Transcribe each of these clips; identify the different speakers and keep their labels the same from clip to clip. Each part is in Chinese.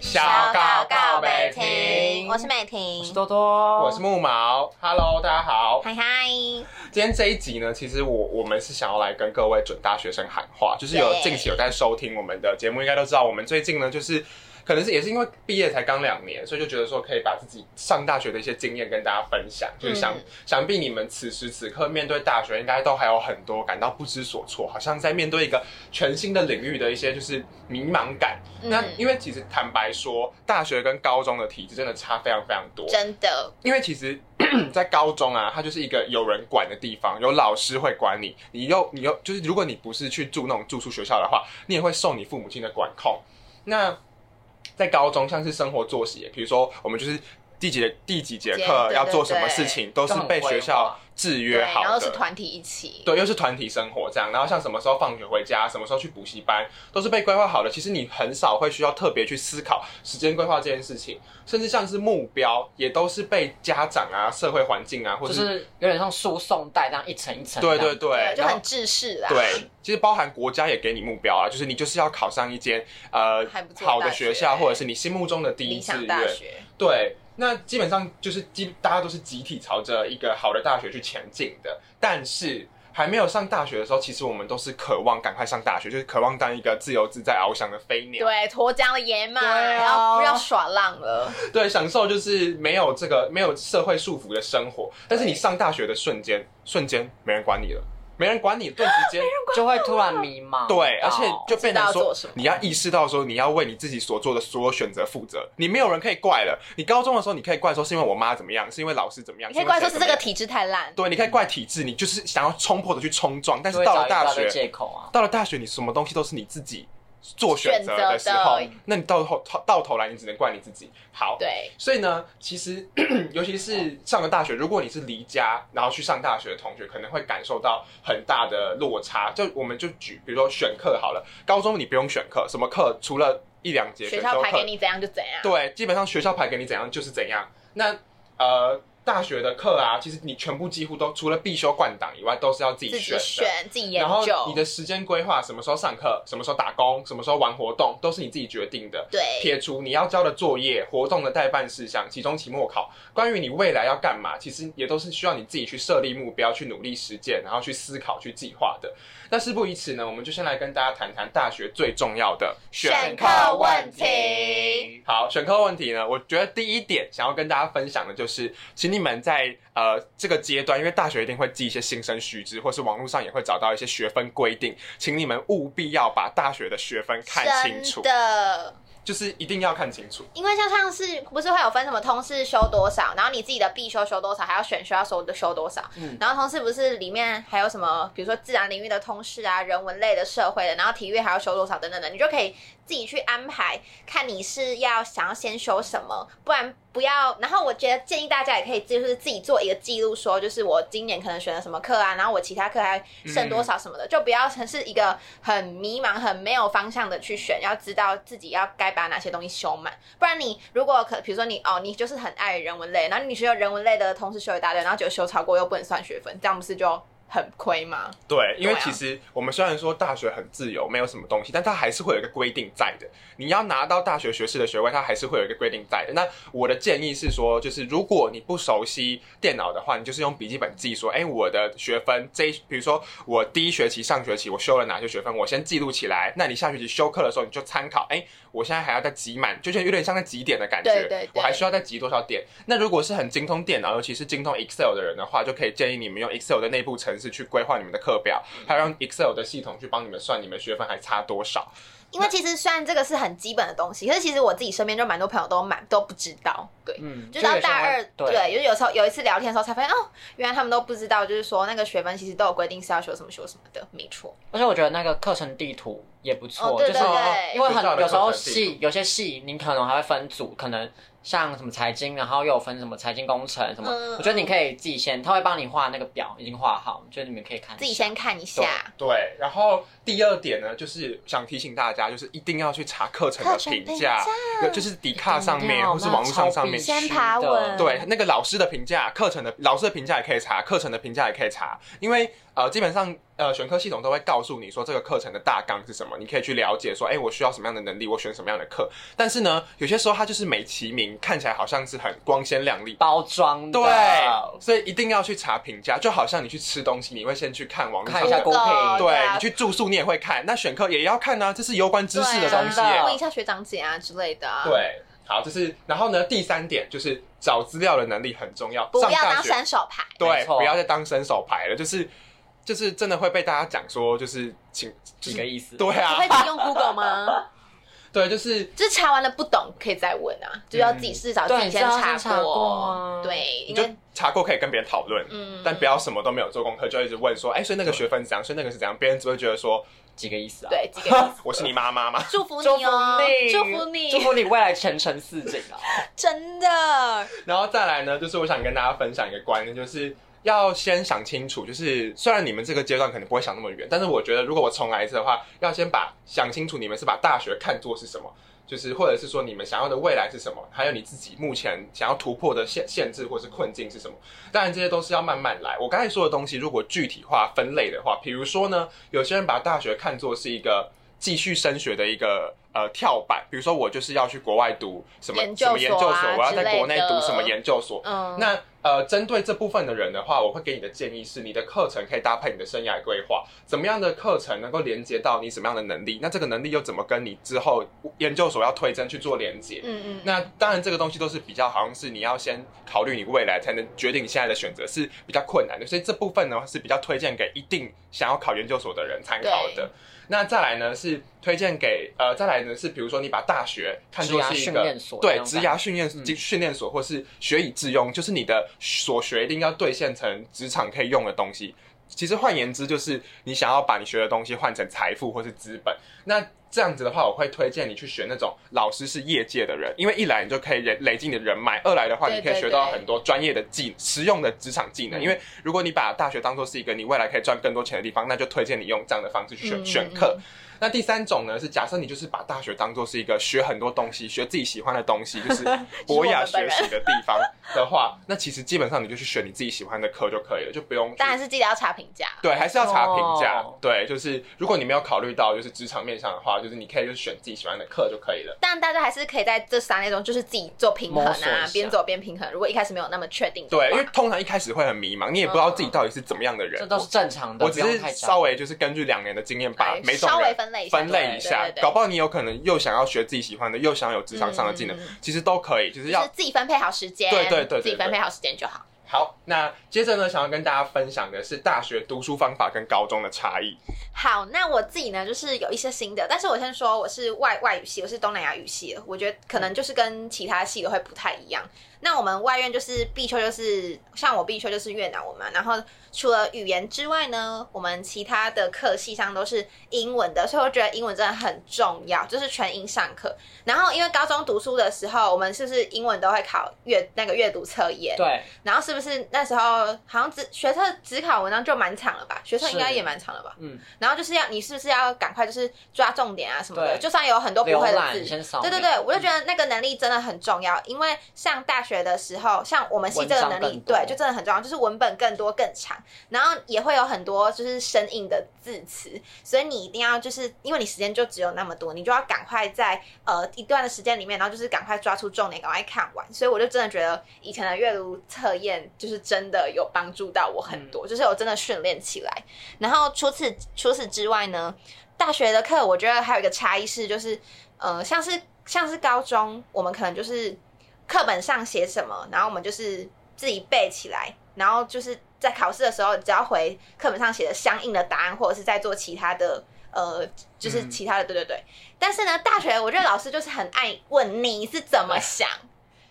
Speaker 1: 小
Speaker 2: 搞
Speaker 1: 搞
Speaker 2: 搞
Speaker 1: 搞
Speaker 2: 美
Speaker 1: 美
Speaker 2: 婷
Speaker 1: 婷，
Speaker 2: 我是美婷
Speaker 3: 我是，多
Speaker 2: 哦
Speaker 3: 多，
Speaker 1: 我是木毛，Hello，大家好。
Speaker 2: 嗨嗨，
Speaker 1: 今天这一集呢，其实我我们是想要来跟各位准大学生喊话，就是有
Speaker 2: 对
Speaker 1: 近期有在收听我们的节目，应该都知道，我们最近呢就是。可能是也是因为毕业才刚两年，所以就觉得说可以把自己上大学的一些经验跟大家分享。就是想、
Speaker 2: 嗯
Speaker 1: 想必你们此时此刻面对大学，应该都还有很多感到不知所措，好像在面对一个全新的领域的一些就是迷茫感。那
Speaker 2: 嗯
Speaker 1: 因为其实坦白说，大学跟高中的体制真的差非常非常多。
Speaker 2: 真的，
Speaker 1: 因为其实 在高中啊，它就是一个有人管的地方，有老师会管你，你又你又就是如果你不是去住那种住宿学校的话，你也会受你父母亲的管控。那在高中，像是生活作息，比如说我们就是第几第几节课
Speaker 2: 对
Speaker 1: 要做什么
Speaker 2: 对对
Speaker 1: 事情，都是被学校制
Speaker 2: 对，
Speaker 1: 约好的。
Speaker 2: 然后是团体一起，
Speaker 1: 对，又是团体生活这样，然后像什么时候放学回家，什么时候去补习班，都是被规划好的。其实你很少会需要特别去思考时间规划这件事情，甚至像是目标，也都是被家长啊、社会环境啊，或、
Speaker 3: 就是是有点像输送带这样一层一层这
Speaker 1: 对
Speaker 3: 样，
Speaker 1: 对对，
Speaker 2: 就
Speaker 1: 然后
Speaker 2: 很制式啦，
Speaker 1: 对，其实包含国家也给你目标啊，就是你就是要考上一间呃
Speaker 2: 还不错
Speaker 1: 好
Speaker 2: 大
Speaker 1: 的
Speaker 2: 学
Speaker 1: 学校，或者是你心目中的第一
Speaker 2: 理
Speaker 1: 志
Speaker 2: 想
Speaker 1: 愿
Speaker 2: 大。学，
Speaker 1: 对，那基本上就是基大家都是集体朝着一个好的大学去前进的，但是。还没有上大学的时候，其实我们都是渴望赶快上大学，就是渴望当一个自由自在翱翔的飞鸟，
Speaker 2: 对，脱缰的野马，
Speaker 3: 对啊
Speaker 2: 然后不要耍浪了，
Speaker 1: 对，享受就是没有这个没有社会束缚的生活。但是你上大学的瞬间，瞬间没人管你了，没人管你，顿时 间
Speaker 3: 就会突然迷茫。
Speaker 1: 对，而且就变
Speaker 2: 知
Speaker 1: 成
Speaker 2: 道要做
Speaker 1: 说
Speaker 2: 什么，
Speaker 1: 你要意识到说，你要为你自己所做的所有选择负责，你没有人可以怪了。你高中的时候，你可以怪说是因为我妈怎么样，是因为老师怎么样，
Speaker 2: 你可以怪说
Speaker 1: 因
Speaker 2: 是这
Speaker 1: 为谁怎么
Speaker 2: 个
Speaker 1: 样
Speaker 2: 体制太烂，
Speaker 1: 对，你可以怪体制，你就是想要冲破的去冲撞，但
Speaker 3: 就是会
Speaker 1: 到
Speaker 3: 找
Speaker 1: 了
Speaker 3: 一
Speaker 1: 大
Speaker 3: 大
Speaker 1: 学
Speaker 3: 堆，借口啊。
Speaker 1: 到了大学，你什么东西都是你自己做选择的时候
Speaker 2: 选择的，
Speaker 1: 那你到后到头来，你只能怪你自己。好，
Speaker 2: 对，
Speaker 1: 所以呢，其实 尤其是上了大学，如果你是离家然后去上大学的同学，可能会感受到很大的落差。就我们就举，比如说选课好了，高中你不用选课，什么课除了一两节
Speaker 2: 学
Speaker 1: 选
Speaker 2: 校
Speaker 1: 修
Speaker 2: 排给
Speaker 1: 课，
Speaker 2: 你怎样就怎样，
Speaker 1: 对，基本上学校排给你怎样就是怎样。那呃，大学的课啊，其实你全部几乎都除了必修灌档以外，都是要自己
Speaker 2: 自
Speaker 1: 选
Speaker 2: 己
Speaker 1: 的。
Speaker 2: 选，自己研
Speaker 1: 然后你
Speaker 2: 究，
Speaker 1: 的时间规划，什么时候上课，什么时候打工，什么时候玩活动，都是你自己决定的。
Speaker 2: 对，
Speaker 1: 撇除你要交的作业、活动的代办事项、期中、期末考，关于你未来要干嘛，其实也都是需要你自己去设立目标、去努力实践，然后去思考、去计划的。那事不宜迟呢，我们就先来跟大家谈谈大学最重要的
Speaker 2: 选课问题。
Speaker 1: 好，选课问题呢，我觉得第一点想要跟大家分享的就是，请你们在呃这个阶段，因为大学一定会记一些新生须知，或是网络上也会找到一些学分规定，请你们务必要把大学的学分看清楚
Speaker 2: 真，的。
Speaker 1: 就是一定要看清楚。
Speaker 2: 因为像上次不是会有分什么通识修多少，然后你自己的必修修多少，还要选修要修的修多少。
Speaker 3: 嗯
Speaker 2: 然后通识不是里面还有什么，比如说自然领域的通识啊，人文类的、社会的，然后体育还要修多少等等的，你就可以自己去安排，看你是要想要先修什么，不然不要。然后我觉得建议大家也可以就是自己做一个记录，说就是我今年可能选了什么课啊，然后我其他课还剩多少什么的，就不要成是一个很迷茫、很没有方向的去选，要知道自己要该把哪些东西修满。不然你如果可，比如说你哦，你就是很爱人文类，然后你学人文类的同时修一大堆，然后就修超过又不能算学分，这样不是就很亏吗？
Speaker 1: 对，因
Speaker 2: 对
Speaker 1: 为
Speaker 2: 啊
Speaker 1: 其实我们虽然说大学很自由，没有什么东西，但它还是会有一个规定在的。你要拿到大学学士的学位，它还是会有一个规定在的。那我的建议是说，就是如果你不熟悉电脑的话，你就是用笔记本记说，哎，我的学分这一，比如说我第一学期、上学期我修了哪些学分，我先记录起来。那你下学期修课的时候，你就参考，哎，我现在还要再集满，就是有点像在集点的感觉。
Speaker 2: 对对对
Speaker 1: 我还需要再集多少点？那如果是很精通电脑，尤其是精通 Excel 的人的话，就可以建议你们用 Excel 的内部程式去规划你们的课表，还有用 Excel 的系统去帮你们算你们学分还差多少。
Speaker 2: 因为其实虽然这个是很基本的东西，可是其实我自己身边就蛮多朋友都蛮都不知道，对。
Speaker 3: 嗯，
Speaker 2: 就到
Speaker 3: 有些人
Speaker 2: 大二
Speaker 3: 会，
Speaker 2: 对，
Speaker 3: 对，
Speaker 2: 就是有时候有一次聊天的时候才发现，哦，原来他们都不知道，就是说那个学分其实都有规定是要修什么修什么的，没错。
Speaker 3: 而且我觉得那个课程地图也不
Speaker 2: 哦
Speaker 3: 错，
Speaker 2: 对
Speaker 3: 就是
Speaker 2: 对
Speaker 1: 对
Speaker 3: 因为很
Speaker 1: 学校的
Speaker 3: 有时候
Speaker 1: 课程地
Speaker 3: 系有些系你可能还会分组，可能像什么财经，然后又有分什么财经工程什么，
Speaker 2: 嗯
Speaker 3: 我觉得你可以自己先，他会帮你画那个表，已经画好，我觉得你们可以看一下
Speaker 2: 自己先看一下
Speaker 1: 对，然后第二点呢，就是想提醒大家，就是一定要去查课程的评价，就是迪卡上面或是网络上上面
Speaker 3: 一定要
Speaker 2: 先爬
Speaker 3: 嗯
Speaker 2: 文
Speaker 1: 对，那个老师的评价、课程的老师的评价也可以查，课程的评价也可以查，因为呃，基本上呃选科系统都会告诉你说这个课程的大纲是什么，你可以去了解说，哎、我需要什么样的能力，我选什么样的课。但是呢，有些时候它就是美其名，看起来好像是很光鲜亮丽。
Speaker 3: 包装的，
Speaker 1: 对，所以一定要去查评价，就好像你去吃东西，你会先去看网
Speaker 3: 看
Speaker 1: 上
Speaker 3: 一下
Speaker 1: 的
Speaker 3: 公屏
Speaker 1: 对
Speaker 2: 啊
Speaker 1: 你去住宿你也会看，那选课也要看啊，这是攸关知识
Speaker 2: 对
Speaker 1: 的
Speaker 2: 啊
Speaker 1: 东西
Speaker 3: 真
Speaker 1: 耶
Speaker 3: 的。
Speaker 2: 问一下学长姐啊之类的啊。，
Speaker 1: 对，好，这是然后呢，第三点就是找资料的能力很重要，
Speaker 2: 不
Speaker 1: 上
Speaker 2: 要
Speaker 1: 大
Speaker 2: 当
Speaker 1: 学
Speaker 2: 伸手牌。
Speaker 1: 对，
Speaker 3: 没错
Speaker 1: 不要再当伸手牌了，就是就是真的会被大家讲说就是请就
Speaker 3: 几
Speaker 1: 是
Speaker 3: 个意思？
Speaker 1: 对
Speaker 2: 你
Speaker 1: 啊
Speaker 2: 会，自己用 Google 吗？
Speaker 1: 对，就是
Speaker 2: 就是查完了不懂可以再问啊，就要自己至少自
Speaker 3: 对，
Speaker 2: 己
Speaker 3: 你知
Speaker 2: 先
Speaker 3: 道
Speaker 2: 查
Speaker 3: 是查过啊，
Speaker 2: 对，
Speaker 1: 你
Speaker 2: 因
Speaker 1: 就
Speaker 2: 为
Speaker 1: 查过可以跟别人讨论，
Speaker 2: 嗯，
Speaker 1: 但不要什么都没有做功课就一直问说，哎，所以那个学分是怎样，所以那个是怎样，别人只会觉得 说
Speaker 3: 几个意思啊？，
Speaker 2: 对几个人
Speaker 1: 我是你妈妈吗？
Speaker 2: 祝福
Speaker 3: 祝
Speaker 2: 你哦
Speaker 3: 福你，，
Speaker 2: 祝福你，
Speaker 3: 祝福你未来前程似锦啊！
Speaker 2: 真的，
Speaker 1: 然后再来呢，就是我想跟大家分享一个观念，就是要先想清楚，就是虽然你们这个阶段可能不会想那么远，但是我觉得如果我重来一次的话，要先把想清楚你们是把大学看作是什么。就是，或者是说你们想要的未来是什么，还有你自己目前想要突破的限限制或是困境是什么。当然，这些都是要慢慢来。我刚才说的东西，如果具体化分类的话，比如说呢，有些人把大学看作是一个继续升学的一个呃跳板，比如说我就是要去国外读什么
Speaker 2: 研究
Speaker 1: 什么研究
Speaker 2: 所
Speaker 1: 所，
Speaker 2: 啊
Speaker 1: 我要
Speaker 2: 之
Speaker 1: 在
Speaker 2: 类
Speaker 1: 国内
Speaker 2: 的
Speaker 1: 读什么研究所。
Speaker 2: 嗯，
Speaker 1: 那呃，针对这部分的人的话，我会给你的建议是，你的课程可以搭配你的生涯规划，怎么样的课程能够连接到你什么样的能力？那这个能力又怎么跟你之后研究所要推甄去做连接？
Speaker 2: 嗯嗯，
Speaker 1: 那当然，这个东西都是比较好像是你要先考虑你未来，才能决定你现在的选择是比较困难的，所以这部分呢是比较推荐给一定想要考研究所的人参考
Speaker 2: 对
Speaker 1: 的。那再来呢是推荐给呃，再来呢是比如说你把大学看作是一
Speaker 3: 职涯训
Speaker 1: 个
Speaker 3: 练所
Speaker 1: 对
Speaker 3: 那种
Speaker 1: 职
Speaker 3: 感
Speaker 1: 涯训练
Speaker 3: 嗯
Speaker 1: 训练所或是学以致用，就是你的所学一定要兑现成职场可以用的东西。其实换言之，就是你想要把你学的东西换成财富或是资本。那这样子的话，我会推荐你去选那种老师是业界的人，因为一来你就可以累累积你的人脉，二来的话
Speaker 2: 对
Speaker 1: 你可以
Speaker 2: 对
Speaker 1: 学到
Speaker 2: 对
Speaker 1: 很多专业的技、实用的职场技能。
Speaker 3: 嗯
Speaker 1: 因为如果你把大学当做是一个你未来可以赚更多钱的地方，那就推荐你用这样的方式去选、
Speaker 2: 嗯
Speaker 1: 选课。那第三种呢，是假设你就是把大学当做是一个学很多东西、学自己喜欢的东西，就是博雅学习的地方的话，那其实基本上你就去选你自己喜欢的课就可以了，就不用去。
Speaker 2: 当然是记得要查评价，
Speaker 1: 对，还是要查评价。
Speaker 3: 哦
Speaker 1: 对，就是如果你没有考虑到就是职场面上的话，就是你可以就是选自己喜欢的课就可以了。
Speaker 2: 但大家还是可以在这三类中，就是自己做平衡
Speaker 3: 摸索一
Speaker 2: 啊，
Speaker 3: 下
Speaker 2: 边走边平衡。如果一开始没有那么确定的话，
Speaker 1: 对，因为通常一开始会很迷茫，你也不知道
Speaker 2: 嗯
Speaker 1: 自己到底是怎么样的人。
Speaker 3: 这都是正常的，
Speaker 1: 我只
Speaker 3: 不
Speaker 1: 是
Speaker 3: 用太焦虑
Speaker 1: 稍微就是根据两年的经验，把
Speaker 2: 哎
Speaker 1: 每种
Speaker 2: 稍微
Speaker 1: 人
Speaker 2: 分类一下，
Speaker 1: 分类一下
Speaker 2: 对对，对
Speaker 1: 搞不好你有可能又想要学自己喜欢的，又想要有职场上的技能
Speaker 2: 嗯嗯嗯，
Speaker 1: 其实都可以，就是
Speaker 2: 就
Speaker 1: 要
Speaker 2: 是自己分配好时间，
Speaker 1: 对对对对对
Speaker 2: 自己分配好时间就好。
Speaker 1: 好，那接着呢，想要跟大家分享的是大学读书方法跟高中的差异。
Speaker 2: 好，那我自己呢，就是有一些心得，但是我先说，我是外外语系，我是东南亚语系的，我觉得可能就是跟其他系的会不太一样。那我们外院就是必修，就是像我必修就是越南文嘛，然后除了语言之外呢，我们其他的课系上都是英文的，所以我觉得英文真的很重要，就是全英上课。然后因为高中读书的时候，我们是不是英文都会考阅那个阅读测验？
Speaker 3: 对，
Speaker 2: 然后是不是那时候好像只学测只考文章就蛮长了吧？学测应该也蛮长了吧？
Speaker 3: 嗯，
Speaker 2: 然后就是要你是不是要赶快就是抓重点啊什么的，
Speaker 3: 对
Speaker 2: 就算有很多不会的
Speaker 3: 浏览
Speaker 2: 字。
Speaker 3: 先扫描，
Speaker 2: 对对对，我就觉得那个能力真的很重要，因为上大学的时候，像我们系这个能
Speaker 3: 文章
Speaker 2: 力
Speaker 3: 更，多
Speaker 2: 对，就真的很重要，就是文本更多更长，然后也会有很多就是生硬的字词，所以你一定要就是因为你时间就只有那么多，你就要赶快在呃一段的时间里面，然后就是赶快抓出重点，赶快看完。所以我就真的觉得以前的阅读测验就是真的有帮助到我很
Speaker 3: 嗯
Speaker 2: 多，就是我真的训练起来。然后除此除此之外呢，大学的课我觉得还有一个差异是，就是呃，像是像是高中，我们可能就是课本上写什么，然后我们就是自己背起来，然后就是在考试的时候，只要回课本上写的相应的答案，或者是在做其他的。呃，就是
Speaker 1: 嗯
Speaker 2: 其他的，对对对。但是呢，大学我觉得老师就是很爱问你是怎么想，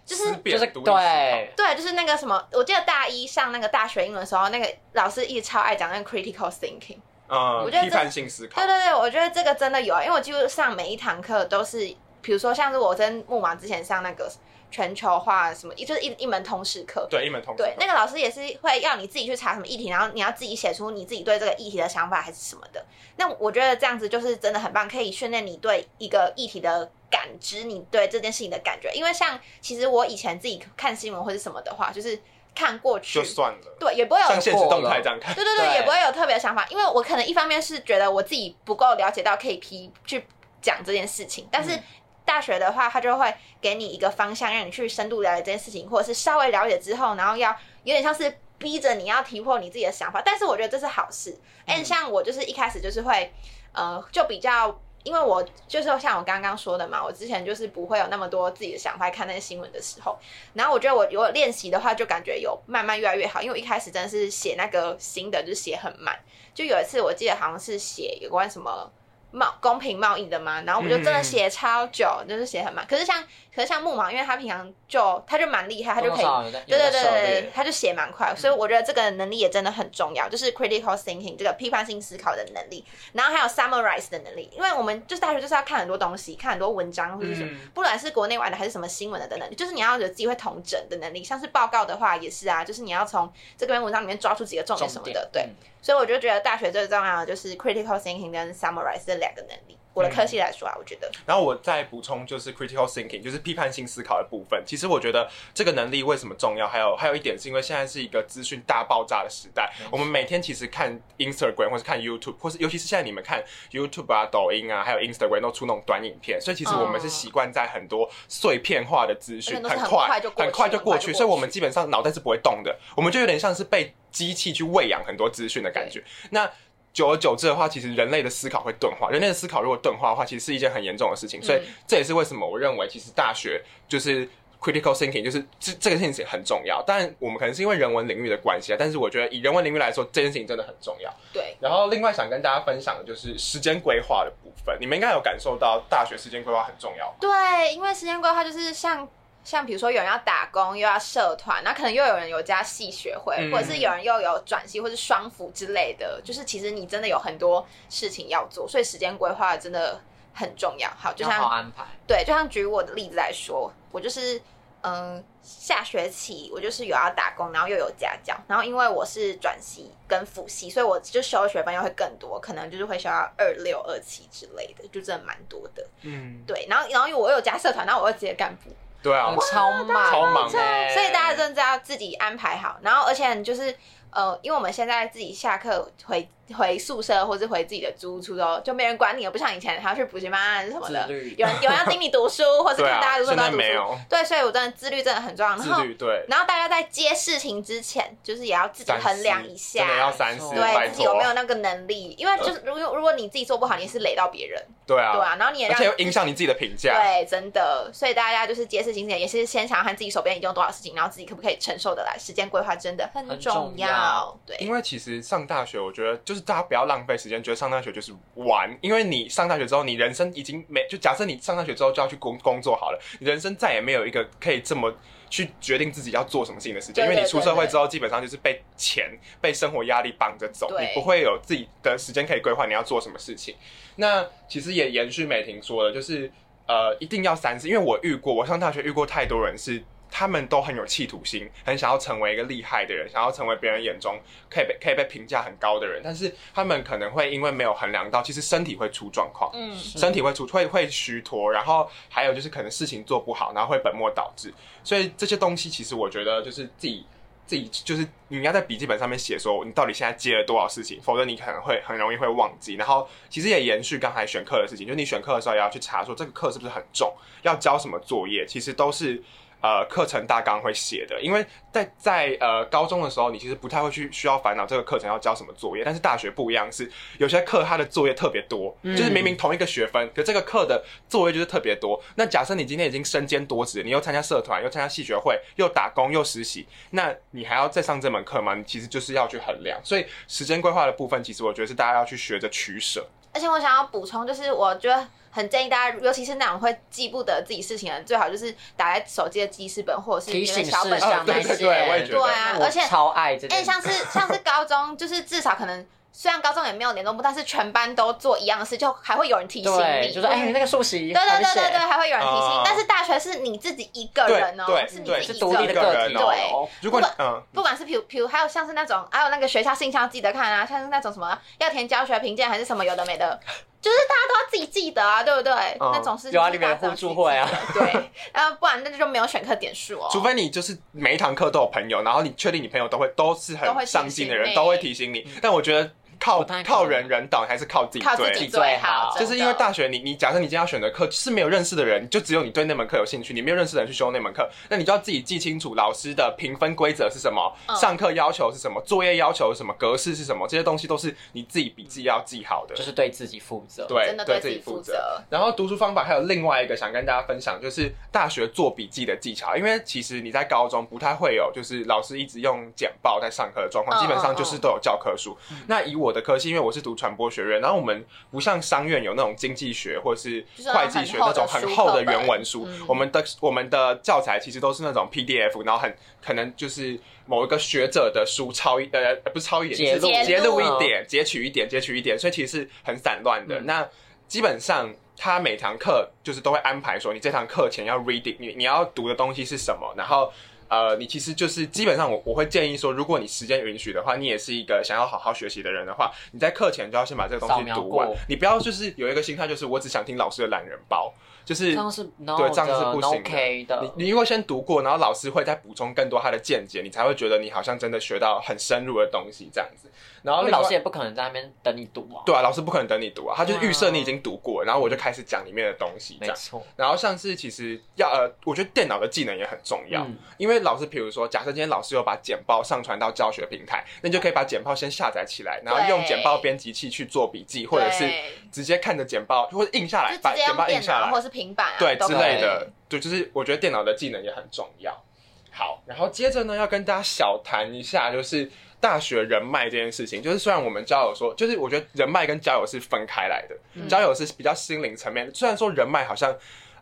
Speaker 2: 就是
Speaker 1: 思辨
Speaker 3: 就是
Speaker 1: 独立思考
Speaker 3: 对，
Speaker 2: 对，就是那个什么，我记得大一上那个大学英文的时候，那个老师一直超爱讲那个 critical thinking。
Speaker 1: 嗯，
Speaker 2: 我觉得
Speaker 1: 批判性思考
Speaker 2: 对，对对，我觉得这个真的有啊，因为我几乎上每一堂课都是，比如说像是我跟木马之前上那个全球化什么，就是一一门通识课。
Speaker 1: 对一门通识
Speaker 2: 对，
Speaker 1: 课
Speaker 2: 那个老师也是会要你自己去查什么议题，然后你要自己写出你自己对这个议题的想法还是什么的。那我觉得这样子就是真的很棒，可以训练你对一个议题的感知，你对这件事情的感觉。因为像其实我以前自己看新闻或是什么的话，就是看过去
Speaker 1: 就，算了，
Speaker 2: 对，也不会有
Speaker 1: 像现实动态这样看。
Speaker 2: 对对对，
Speaker 3: 对
Speaker 2: 也不会有特别的想法，因为我可能一方面是觉得我自己不够了解到 KP 去讲这件事情，但是
Speaker 3: 嗯
Speaker 2: 大学的话，他就会给你一个方向，让你去深度了解这件事情，或者是稍微了解之后，然后要有点像是逼着你要提破你自己的想法，但是我觉得这是好事。哎、
Speaker 3: 嗯
Speaker 2: 像我就是一开始就是会，呃，就比较。因为我就是像我刚刚说的嘛，我之前就是不会有那么多自己的想法，看那些新闻的时候，然后我觉得我如果练习的话，就感觉有慢慢越来越好。因为我一开始真的是写那个新的，就是写很慢。就有一次我记得好像是写有关什么贸公平贸易的嘛，然后我就真的写超久，就是写很慢。可是像可是像木马，因为他平常就他就蛮厉害，他就可以。
Speaker 3: 多少有在
Speaker 2: 对对
Speaker 3: 有在
Speaker 2: 对
Speaker 3: 涉
Speaker 2: 对
Speaker 3: 猎
Speaker 2: 对，他就写蛮快，所以我觉得这个能力也真的很重
Speaker 3: 嗯
Speaker 2: 要，就是 critical thinking 这个批判性思考的能力，然后还有 summarize 的能力，因为我们就是大学就是要看很多东西，看很多文章或者是什么，
Speaker 1: 嗯，
Speaker 2: 不管是国内外的还是什么新闻的等等，就是你要有自己会统整的能力。像是报告的话也是啊，就是你要从这篇文章里面抓出几个重点什
Speaker 3: 重
Speaker 2: 么
Speaker 3: 点
Speaker 2: 的。对，
Speaker 3: 嗯
Speaker 2: 所以我就觉得大学最重要的就是 critical thinking 跟 summarize 这两个能力。我的科
Speaker 3: 嗯
Speaker 2: 系来说啊，我觉得
Speaker 1: 然后我再补充就是 critical thinking，就是批判性思考的部分。其实我觉得这个能力为什么重要，还有还有一点是因为现在是一个资讯大爆炸的时代
Speaker 3: 没错，
Speaker 1: 我们每天其实看 Instagram 或是看 YouTube，或是尤其是现在你们看 YouTube 啊、抖音啊，还有 Instagram 都出那种短影片，所以其实我们是习惯在很多碎片化的资讯
Speaker 2: 嗯而且，都是很快
Speaker 1: 快
Speaker 2: 就过去很
Speaker 1: 很快就过
Speaker 2: 快就过去
Speaker 1: 去，所以我们基本上脑袋是不会动的，我们就有点像是被机器去喂养很多资讯的感觉。那久而久之的话，其实人类的思考会钝化。人类的思考如果钝化的话，其实是一件很严重的事情。所以
Speaker 2: 嗯
Speaker 1: 这也是为什么我认为，其实大学就是 critical thinking，就是这这个事情是很重要。当然，我们可能是因为人文领域的关系啊，但是我觉得以人文领域来说，这件事情真的很重要。
Speaker 2: 对。
Speaker 1: 然后另外想跟大家分享的就是时间规划的部分，你们应该有感受到大学时间规划很重要。
Speaker 2: 对，因为时间规划就是像像比如说有人要打工，又要社团，那可能又有人有加系学会，
Speaker 1: 嗯
Speaker 2: 或者是有人又有转系或是双辅之类的，就是其实你真的有很多事情要做，所以时间规划真的很重要。好，就
Speaker 3: 要好
Speaker 2: 像
Speaker 3: 安排，
Speaker 2: 对，就像举我的例子来说，我就是。嗯，下学期我就是有要打工，然后又有家教，然后因为我是转系跟辅系，所以我就修的学分又会更多，可能就是会修到二六二七之类的，就真的蛮多的。
Speaker 1: 嗯，
Speaker 2: 对，然后然后因为我有加社团，然后我又直接干部，
Speaker 1: 对啊，
Speaker 3: 超忙，
Speaker 1: 超忙
Speaker 3: 欸
Speaker 2: 所以大家真的要自己安排好。然后而且就是呃，因为我们现在自己下课回回宿舍或是回自己的租屋处都就没人管你了，不像以前还要去补习班什么
Speaker 3: 自
Speaker 2: 的，
Speaker 3: 律
Speaker 2: 有人有人要盯你读 书，或是
Speaker 1: 对
Speaker 2: 看大家
Speaker 1: 啊，
Speaker 2: 读书
Speaker 1: 现
Speaker 2: 都要
Speaker 1: 在
Speaker 2: 读
Speaker 1: 没
Speaker 2: 书。
Speaker 1: 有
Speaker 2: 对，所以我真的自律真的很重要。然
Speaker 1: 自
Speaker 2: 后
Speaker 1: 律，对，
Speaker 2: 然后大家在接事情之前，就是也要自己
Speaker 1: 三思
Speaker 2: 衡量一下，
Speaker 1: 真的要三思，
Speaker 3: 对
Speaker 1: 拜
Speaker 2: 对自己有没有
Speaker 1: 托，
Speaker 2: 那个能力，因为就是如果如果你自己做不好，你是累到别人，
Speaker 1: 对
Speaker 2: 对
Speaker 1: 啊，
Speaker 2: 啊，然后你也
Speaker 1: 而
Speaker 2: 让
Speaker 1: 且又影响你自己的评价。
Speaker 2: 对，真的，所以大家就是接事情之前，也是先想看自己手边已经有多少事情，然后自己可不可以承受得来。时间规划真的很
Speaker 3: 很
Speaker 2: 重
Speaker 3: 重要
Speaker 2: 对，
Speaker 1: 因为其实上大学，我觉得就是大家不要浪费时间，觉得上大学就是玩。因为你上大学之后，你人生已经没就假设你上大学之后就要去工工作好了，你人生再也没有一个可以这么去决定自己要做什么事情的时间。
Speaker 2: 对
Speaker 1: 因为你
Speaker 2: 对
Speaker 1: 出
Speaker 2: 对
Speaker 1: 社会
Speaker 2: 对
Speaker 1: 之后，基本上就是被钱、被生活压力绑着走，
Speaker 2: 对
Speaker 1: 你不会有自己的时间可以规划你要做什么事情。那其实也延续美婷说的，就是呃，一定要三思，因为我遇过，我上大学遇过太多人是。他们都很有企图心，很想要成为一个厉害的人，想要成为别人眼中可以被可以被评价很高的人，但是他们可能会因为没有衡量到，其实身体会出状况，
Speaker 2: 嗯，
Speaker 3: 是
Speaker 1: 身体会出会会虚脱，然后还有就是可能事情做不好，然后会本末倒置。所以这些东西其实我觉得就是自己自己就是你要在笔记本上面写说你到底现在接了多少事情，否则你可能会很容易会忘记。然后其实也延续刚才选课的事情，就是你选课的时候也要去查说这个课是不是很重，要交什么作业，其实都是。呃，课程大纲会写的，因为在在呃高中的时候，你其实不太会去需要烦恼这个课程要交什么作业，但是大学不一样是，有些课它的作业特别多，
Speaker 3: 嗯
Speaker 1: 就是明明同一个学分，可这个课的作业就是特别多。那假设你今天已经身兼多职，你又参加社团，又参加系学会，又打工，又实习，那你还要再上这门课吗？你其实就是要去衡量。所以时间规划的部分，其实我觉得是大家要去学着取舍。
Speaker 2: 而且我想要补充，就是我觉得很建议大家，尤其是那种会记不得自己事情的人，最好就是打在手机的记事本或者是
Speaker 3: 提
Speaker 2: 你的
Speaker 3: 醒
Speaker 2: 小本
Speaker 3: 事
Speaker 2: 上
Speaker 1: 啊
Speaker 3: 项
Speaker 1: 对
Speaker 3: 那
Speaker 2: 面
Speaker 1: 对
Speaker 3: 些，
Speaker 1: 对我也觉得
Speaker 2: 对啊
Speaker 3: 我
Speaker 2: 而且
Speaker 3: 超爱这
Speaker 2: 哎、
Speaker 3: 件事，
Speaker 2: 像是像是高中，就是至少可能虽然高中也没有联络部，但是全班都做一样的事，就还会有人提醒
Speaker 3: 对，
Speaker 2: 你，嗯
Speaker 3: 就是哎，你那个数席，
Speaker 2: 对对对对对，
Speaker 3: 还没写
Speaker 2: 还会有人提醒。
Speaker 1: 哦
Speaker 2: 但是大学是你自己一个人哦，
Speaker 1: 对对
Speaker 2: 是你
Speaker 1: 对
Speaker 2: 自己
Speaker 3: 是
Speaker 2: 一
Speaker 3: 独立的
Speaker 1: 个
Speaker 3: 个
Speaker 1: 人
Speaker 3: 体
Speaker 2: 哦
Speaker 3: 哦，
Speaker 1: 如果你嗯，
Speaker 2: 不管是比如比如还有像是那种，还有那个学校信箱记得看啊，像是那种什么要填教学评鉴还是什么有的没的，就是大家都要自己记得啊，对不对？
Speaker 1: 嗯
Speaker 2: 那种事情
Speaker 3: 有啊，
Speaker 2: 是
Speaker 3: 里面有
Speaker 2: 大家
Speaker 3: 互
Speaker 2: 自己
Speaker 3: 助会啊，
Speaker 2: 记得，对，呃，不然那就没有选课点数哦。
Speaker 1: 除非你就是每一堂课都有朋友，然后你确定你朋友都会都是
Speaker 2: 都会提
Speaker 1: 很上进的
Speaker 2: 醒
Speaker 1: 人，
Speaker 2: 你
Speaker 1: 都会提醒你。但我觉得靠
Speaker 3: 不太可能
Speaker 1: 靠人人导还是靠自己
Speaker 2: 靠
Speaker 1: 最
Speaker 2: 自己
Speaker 3: 对
Speaker 2: 最好，
Speaker 1: 就是因为
Speaker 2: 大。
Speaker 1: 大学你你假设你今天要选的课是没有认识的人，就只有你对那门课有兴趣，你没有认识的人去修那门课，那你就要自己记清楚老师的评分规则是什么，
Speaker 2: 嗯
Speaker 1: 上课要求是什么，作业要求是什么，格式是什么，这些东西都是你自己笔记要记好的
Speaker 3: 就。是对自己负责。
Speaker 1: 对，
Speaker 2: 真的
Speaker 1: 对
Speaker 2: 对自己负责。
Speaker 1: 然后读书方法还有另外一个想跟大家分享，就是大学做笔记的技巧。因为其实你在高中不太会有，就是老师一直用简报在上课的状况，
Speaker 2: 嗯
Speaker 1: 基本上就是都有教科书。那以我的科系，因为我是读传播学院，然后我们不像商院有那种经济学或是
Speaker 2: 就是
Speaker 1: 会计学
Speaker 2: 很厚
Speaker 1: 那
Speaker 2: 的
Speaker 1: 种很
Speaker 2: 书
Speaker 1: 厚的
Speaker 2: 课本
Speaker 1: 原文书
Speaker 2: 嗯，
Speaker 1: 我们的我们的教材其实都是那种 PDF，然后很可能就是某一个学者的书抄一呃不是抄一点，
Speaker 3: 截
Speaker 1: 就是
Speaker 2: 录
Speaker 1: 截录一点，截取一点，截取一点，所以其实是很散乱的。
Speaker 3: 嗯
Speaker 1: 那基本上他每堂课就是都会安排说，你这堂课前要 reading，你你要读的东西是什么，然后。呃，你其实就是基本上我我会建议说，如果你时间允许的话，你也是一个想要好好学习的人的话，你在课前就要先把这个东
Speaker 3: 扫
Speaker 1: 西
Speaker 3: 描
Speaker 1: 读完
Speaker 3: 过，
Speaker 1: 你不要就是有一个心态，就是我只想听老师的懒人包，就是
Speaker 3: 这样是 no
Speaker 1: 对这样是
Speaker 3: 的
Speaker 1: 不
Speaker 3: no
Speaker 1: 行的
Speaker 3: OK 的。
Speaker 1: 你你如果先读过，然后老师会再补充更多他的见解，你才会觉得你好像真的学到很深入的东西这样子。然后
Speaker 3: 因为
Speaker 1: 另外
Speaker 3: 老师也不可能在那边等你读啊。
Speaker 1: 对啊，老师不可能等你读啊，他就是预设
Speaker 3: 嗯
Speaker 1: 你已经读过了，然后我就开始讲里面的东西这
Speaker 3: 没
Speaker 1: 样。
Speaker 3: 错。
Speaker 1: 然后像是其实要呃，我觉得电脑的技能也很重要，
Speaker 3: 嗯
Speaker 1: 因为老师比如说，假设今天老师有把简报上传到教学平台，那你就可以把简报先下载起来，然后用简报编辑器去做笔记，或者是
Speaker 2: 对
Speaker 1: 直接看着简报或者印下来，
Speaker 2: 就
Speaker 1: 把
Speaker 2: 直接
Speaker 1: 简
Speaker 2: 用
Speaker 1: 报印
Speaker 2: 电
Speaker 1: 下来
Speaker 2: 脑。或是平板啊，
Speaker 1: 对
Speaker 2: 都
Speaker 1: 之
Speaker 2: 可以
Speaker 1: 类的，对，就是我觉得电脑的技能也很重要。好，然后接着呢，要跟大家小谈一下，就是大学人脉这件事情。就是虽然我们交友说，就是我觉得人脉跟交友是分开来的，
Speaker 3: 嗯
Speaker 1: 交友是比较心灵层面。虽然说人脉好像，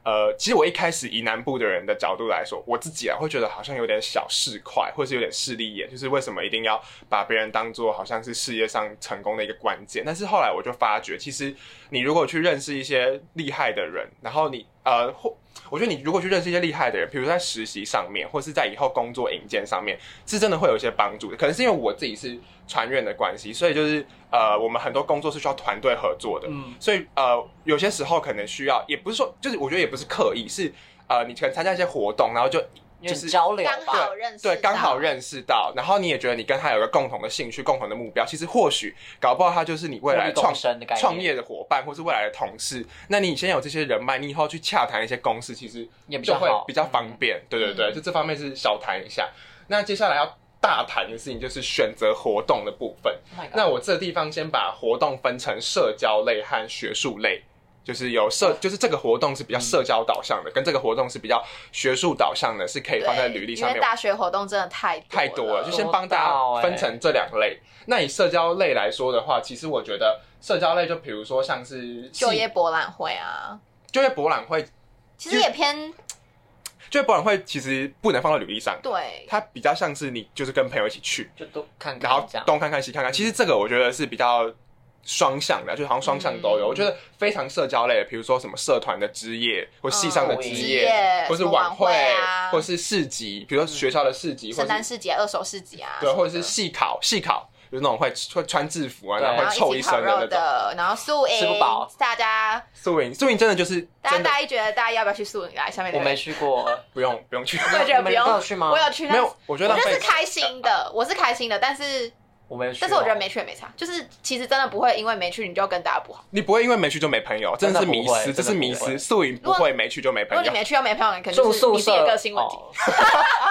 Speaker 1: 呃，其实我一开始以南部的人的角度来说，我自己啊会觉得好像有点小市侩，或是有点势利眼，就是为什么一定要把别人当做好像是事业上成功的一个关键？但是后来我就发觉，其实你如果去认识一些厉害的人，然后你呃或我觉得你如果去认识一些厉害的人，比如说在实习上面，或是在以后工作引荐上面，是真的会有一些帮助的。可能是因为我自己是传院的关系，所以就是呃，我们很多工作是需要团队合作的，
Speaker 3: 嗯，
Speaker 1: 所以呃，有些时候可能需要，也不是说就是我觉得也不是刻意，是呃，你可能参加一些活动，然后就
Speaker 3: 因为
Speaker 1: 就是
Speaker 3: 交流
Speaker 2: 刚
Speaker 3: 吧。
Speaker 2: 好认识到，
Speaker 1: 对刚好认识到，然后你也觉得你跟他有个共同的兴趣、共同的目标，其实或许搞不好他就是你未来
Speaker 3: 互利
Speaker 1: 创
Speaker 3: 共生的概念
Speaker 1: 创业的伙伴，或是未来的同事。那你先有这些人脉，你以后去洽谈一些公司，其实
Speaker 3: 也比
Speaker 1: 就
Speaker 3: 较
Speaker 1: 会
Speaker 3: 好
Speaker 1: 比较方便。对对对，
Speaker 2: 嗯
Speaker 1: 就这方面是小谈一下。那接下来要大谈的事情就是选择活动的部分。
Speaker 3: Oh my god
Speaker 1: 那我这地方先把活动分成社交类和学术类，就是有社，就是这个活动是比较社交导向的，跟这个活动是比较学术导向的，是可以
Speaker 2: 对
Speaker 1: 放在履历上
Speaker 2: 因为。
Speaker 1: 面
Speaker 2: 大学活动真的太
Speaker 1: 太多
Speaker 2: 多
Speaker 1: 了，就先帮大家分成这两类。那以社交类来说的话，其实我觉得社交类就比如说像是
Speaker 2: 就业博览会啊，
Speaker 1: 就业博览会，
Speaker 2: 其实也偏
Speaker 1: 就业博览会其实不能放到履历上，
Speaker 2: 对，
Speaker 1: 它比较像是你就是跟朋友一起去，
Speaker 3: 就都看
Speaker 1: 然后
Speaker 3: 看这样。
Speaker 1: 东看看西看看。其实这个我觉得是比较双向的，就好像双向都有。
Speaker 2: 嗯
Speaker 1: 我觉得非常社交类的，比如说什么社团的之夜，或系上的
Speaker 3: 嗯
Speaker 1: 之
Speaker 3: 之
Speaker 1: 夜，
Speaker 2: 夜
Speaker 1: 或是
Speaker 2: 什么
Speaker 1: 晚
Speaker 2: 晚
Speaker 1: 会，
Speaker 2: 啊，
Speaker 1: 或是市集，比如说学校的市集，或
Speaker 2: 圣
Speaker 1: 是
Speaker 2: 诞市集啊、二手市集啊，
Speaker 1: 对，
Speaker 2: 什么
Speaker 1: 或
Speaker 2: 的
Speaker 1: 者是戏考，戏考就是那种会会穿制服啊，
Speaker 3: 对
Speaker 1: 然后
Speaker 2: 然
Speaker 1: 会
Speaker 2: 后
Speaker 1: 臭
Speaker 2: 一起烤
Speaker 1: 身
Speaker 2: 肉
Speaker 1: 的那种。
Speaker 2: 的，然后宿
Speaker 3: 吃
Speaker 2: 营
Speaker 3: 不饱，
Speaker 2: 大家
Speaker 1: 素营，素营真的就是
Speaker 2: 大家
Speaker 1: 真的
Speaker 2: 大一觉得大家要不要去宿营来？下面
Speaker 3: 我
Speaker 2: 留
Speaker 3: 没
Speaker 2: 言
Speaker 3: 去过，
Speaker 1: 不用不 用去，
Speaker 2: 我也觉得
Speaker 3: 你们
Speaker 2: 不用
Speaker 3: 都有去吗？
Speaker 2: 我有去，
Speaker 1: 没有，我觉
Speaker 2: 但
Speaker 1: 得
Speaker 2: 是我
Speaker 1: 浪
Speaker 2: 就是
Speaker 1: 费。
Speaker 2: 开心的，我是开心的，但是
Speaker 3: 我没有去哦。
Speaker 2: 但是我觉得没去也没差，就是其实真的不会因为没去你就跟大家不好。
Speaker 1: 你不会因为没去就没朋友，真的是
Speaker 3: 真的
Speaker 1: 迷
Speaker 3: 不会
Speaker 1: 思，这
Speaker 3: 真的
Speaker 1: 是迷
Speaker 3: 不会
Speaker 1: 思。素营不
Speaker 2: 如果
Speaker 1: 会没去就没
Speaker 2: 如
Speaker 1: 朋
Speaker 2: 果你
Speaker 1: 友，
Speaker 2: 没去又没朋友，你肯定
Speaker 3: 住
Speaker 2: 是
Speaker 3: 宿
Speaker 2: 你自己
Speaker 3: 舍
Speaker 2: 的个性问题。
Speaker 3: 哦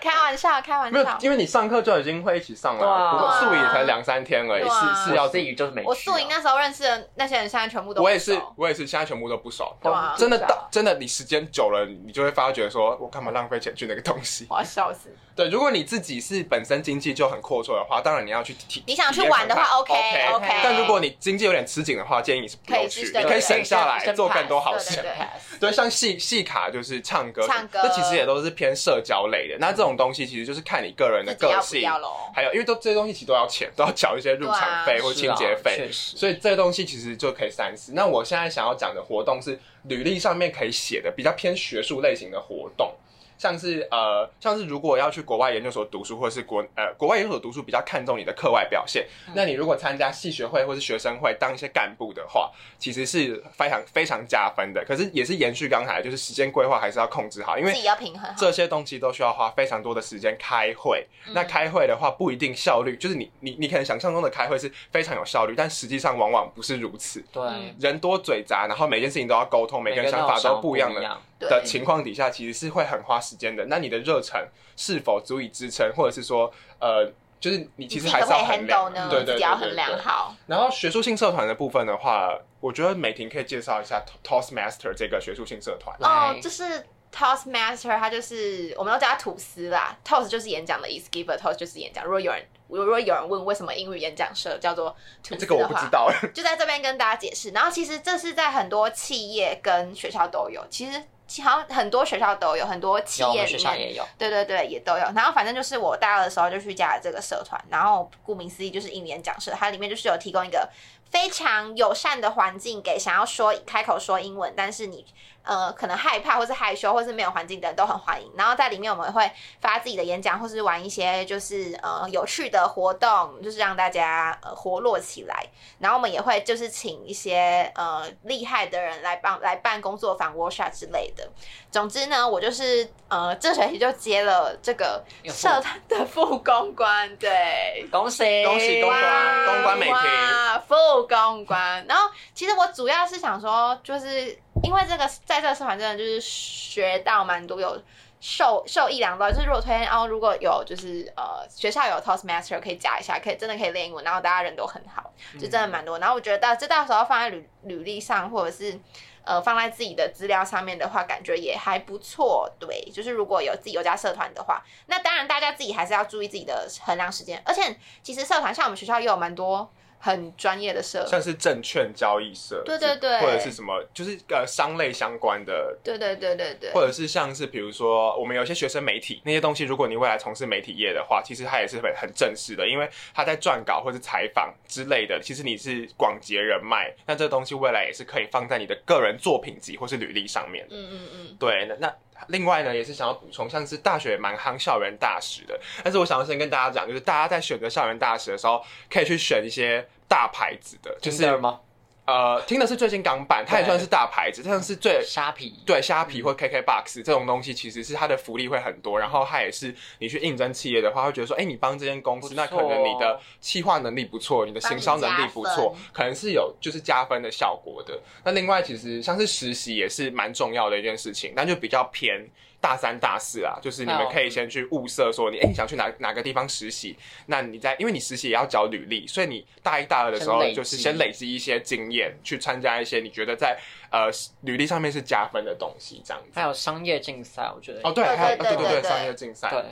Speaker 2: 开玩笑，开玩
Speaker 1: 没啊有，
Speaker 2: 笑。
Speaker 1: 因为你上课就已经会一起上
Speaker 3: 对
Speaker 1: 了，
Speaker 3: 啊
Speaker 1: 不过素营才两三天而已，
Speaker 2: 对啊
Speaker 1: 是
Speaker 3: 是
Speaker 1: 是
Speaker 3: 要
Speaker 1: 要
Speaker 3: 自己就是没去啊。
Speaker 2: 我宿营那时候认识的那些人，现在全部都哦
Speaker 1: 我
Speaker 2: 不
Speaker 1: 也是
Speaker 2: 熟，
Speaker 1: 我也是，现在全部都不熟。
Speaker 2: 对啊
Speaker 1: 真的
Speaker 3: 不知
Speaker 1: 到
Speaker 3: 道
Speaker 1: 真的，你时间久了，你就会发觉说，我干嘛浪费钱去那个东西？
Speaker 2: 我要笑死。
Speaker 1: 对，如果你自己是本身经济就很阔绰的话，当然你要去体。
Speaker 2: 你想去玩的话
Speaker 1: 体验看看
Speaker 2: OK，
Speaker 1: OK
Speaker 3: OK
Speaker 1: 但如果你经济有点吃紧的话，建议你是不
Speaker 2: 可
Speaker 1: 用
Speaker 2: 以
Speaker 1: 去，
Speaker 2: 去
Speaker 1: 你可以省下
Speaker 3: 对
Speaker 1: 来
Speaker 3: 对对
Speaker 1: 做更多好
Speaker 2: 对
Speaker 1: 事
Speaker 2: 对。对
Speaker 3: pass
Speaker 1: 对，像戏戏卡就是唱歌，
Speaker 2: 唱歌
Speaker 1: 那其实也都是偏社交类的。那这种东西其实就是看你个人的
Speaker 2: 自己
Speaker 1: 个
Speaker 2: 要不
Speaker 1: 性，
Speaker 2: 要喽？
Speaker 1: 还有因为都这些东西其实都要钱，都要缴一些入场费
Speaker 2: 对啊
Speaker 1: 或清洁费，
Speaker 3: 确实。
Speaker 1: 所以这些东西其实就可以三思。那我现在想要讲的活动是履历上面可以写的比较偏学术类型的活动，像是呃，像是如果要去国外研究所读书，或者是国呃国外研究所读书比较看重你的课外表现，那你如果参加系学会或是学生会当一些干部的话，其实是非常非常加分的。可是也是延续刚才，就是时间规划还是要控制好，因为
Speaker 2: 自己要平衡好。
Speaker 1: 这些东西都需要花非常多的时间开会。
Speaker 2: 嗯
Speaker 1: 那开会的话，不一定效率，就是你你你可能想象中的开会是非常有效率，但实际上往往不是如此。
Speaker 3: 对
Speaker 2: 嗯，
Speaker 1: 人多嘴杂，然后每件事情都要沟通，每个人想法都不一样的的
Speaker 2: 对，
Speaker 1: 情况底下，其实是会很花时间的。那你的热忱是否足以支撑，或者是说，呃，就是你其
Speaker 2: 你
Speaker 1: 实
Speaker 2: 自己
Speaker 1: 还
Speaker 2: 可不
Speaker 1: 是
Speaker 2: 可以
Speaker 1: 要衡
Speaker 2: handle
Speaker 1: 量，嗯
Speaker 2: 呢？
Speaker 1: 对
Speaker 2: 自
Speaker 1: 对
Speaker 2: 己
Speaker 1: 对
Speaker 2: 要
Speaker 1: 对
Speaker 2: 衡量
Speaker 1: 对
Speaker 2: 好。
Speaker 1: 然后学术性社团的部分的话，我觉得美婷可以介绍一下 Toastmaster 这个学术性社团。
Speaker 2: 哦
Speaker 3: 来，
Speaker 2: 就是 Toastmaster，它就是我们都叫它吐司啦。Toast 就是演讲的意思，Give a toast 就是演讲。如果有人如果有人问为什么英语演讲社叫做吐司
Speaker 1: 哎这个我
Speaker 2: 的
Speaker 1: 不知
Speaker 2: 话，
Speaker 1: 道，
Speaker 2: 就在这边跟大家解释。然后其实这是在很多企业跟学校都有，其实其好像很多学校都有，很多企
Speaker 3: 有我
Speaker 2: 业
Speaker 3: 们
Speaker 2: 里
Speaker 3: 学校
Speaker 2: 面
Speaker 3: 也有，
Speaker 2: 对对对，也都有。然后反正就是我大二的时候就去加了这个社团，然后顾名思义就是英语演讲社，它里面就是有提供一个非常友善的环境给想要说开口说英文，但是你呃可能害怕或是害羞或是没有环境的人都很欢迎。然后在里面我们会发自己的演讲，或是玩一些就是呃有趣的活动，就是让大家呃活络起来。然后我们也会就是请一些呃厉害的人来帮来办工作坊、workshop 之类的。总之呢，我就是呃这学期就接了这个
Speaker 3: 有副
Speaker 2: 社团的副公关，对。
Speaker 3: 恭喜
Speaker 1: 恭喜恭喜
Speaker 2: 哇
Speaker 1: 公关美婷
Speaker 2: 哇副公关。然后其实我主要是想说，就是因为这个在这个社团真的就是学到蛮多有。受受益良多，就是如果推荐哦，如果有就是呃学校有 Toastmaster 可以加一下，可以真的可以练英文，然后大家人都很好，就真的蛮多。然后我觉得到这到时候放在履履历上，或者是呃放在自己的资料上面的话，感觉也还不错。对，就是如果有自己有加社团的话，那当然大家自己还是要注意自己的衡量时间。而且其实社团像我们学校也有蛮多很专业的社，
Speaker 1: 像是证券交易社，
Speaker 2: 对对对
Speaker 1: 或者是什么，就是呃商类相关的。
Speaker 2: 对对对对对，
Speaker 1: 或者是像是比如说，我们有些学生媒体那些东西，如果你未来从事媒体业的话，其实它也是很很正式的，因为他在撰稿或是采访之类的，其实你是广结人脉，那这东西未来也是可以放在你的个人作品集或是履历上面的。
Speaker 2: 嗯嗯嗯，
Speaker 1: 对，那那另外呢，也是想要补充，像是大学蛮夯校园大使的，但是我想要先跟大家讲，就是大家在选择校园大使的时候，可以去选一些大牌子的，就
Speaker 3: 就是是吗？
Speaker 1: 呃，听的是最近港版，它也算是大牌子，像是最
Speaker 3: 虾皮，
Speaker 1: 对虾
Speaker 3: 嗯
Speaker 1: 皮或 KKBox 这种东西，其实是它的福利会很多，然后它也是你去应征企业的话，会觉得说，哎、你帮这间公司，
Speaker 3: 不错
Speaker 1: 那可能你的企划能力不错，你的行销能力不
Speaker 2: 帮
Speaker 1: 错
Speaker 2: 你加，
Speaker 1: 可能是有就是加分的效果的。那另外，其实像是实习也是蛮重要的一件事情，但就比较偏。大三、大四啊，就是你们
Speaker 3: 哦
Speaker 1: 可以先去物色，说你哎、你想去哪哪个地方实习？那你在，因为你实习也要交履历，所以你大一、大二的时候
Speaker 3: 先累积
Speaker 1: 就是先累积一些经验，去参加一些你觉得在呃履历上面是加分的东西，这样子
Speaker 3: 还。有商业竞赛，我觉得
Speaker 1: 哦，对，
Speaker 2: 对
Speaker 1: 还有
Speaker 2: 对对
Speaker 1: 对
Speaker 2: 对
Speaker 1: 对，
Speaker 2: 对
Speaker 1: 商业竞赛，
Speaker 3: 对，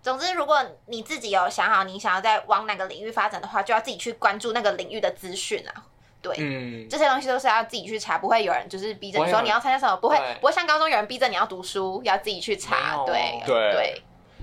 Speaker 2: 总之，如果你自己有想好你想要在往哪个领域发展的话，就要自己去关注那个领域的资讯啊。对，
Speaker 1: 嗯，
Speaker 2: 这些东西都是要自己去查，不会有人就是逼着
Speaker 3: 不
Speaker 2: 你
Speaker 3: 会
Speaker 2: 说
Speaker 3: 有
Speaker 2: 你要参加什么，不会
Speaker 3: 对
Speaker 2: 不会像高中有人逼着你要读书，要自己去查。
Speaker 3: 没
Speaker 2: 对
Speaker 3: 有
Speaker 1: 对
Speaker 2: 对，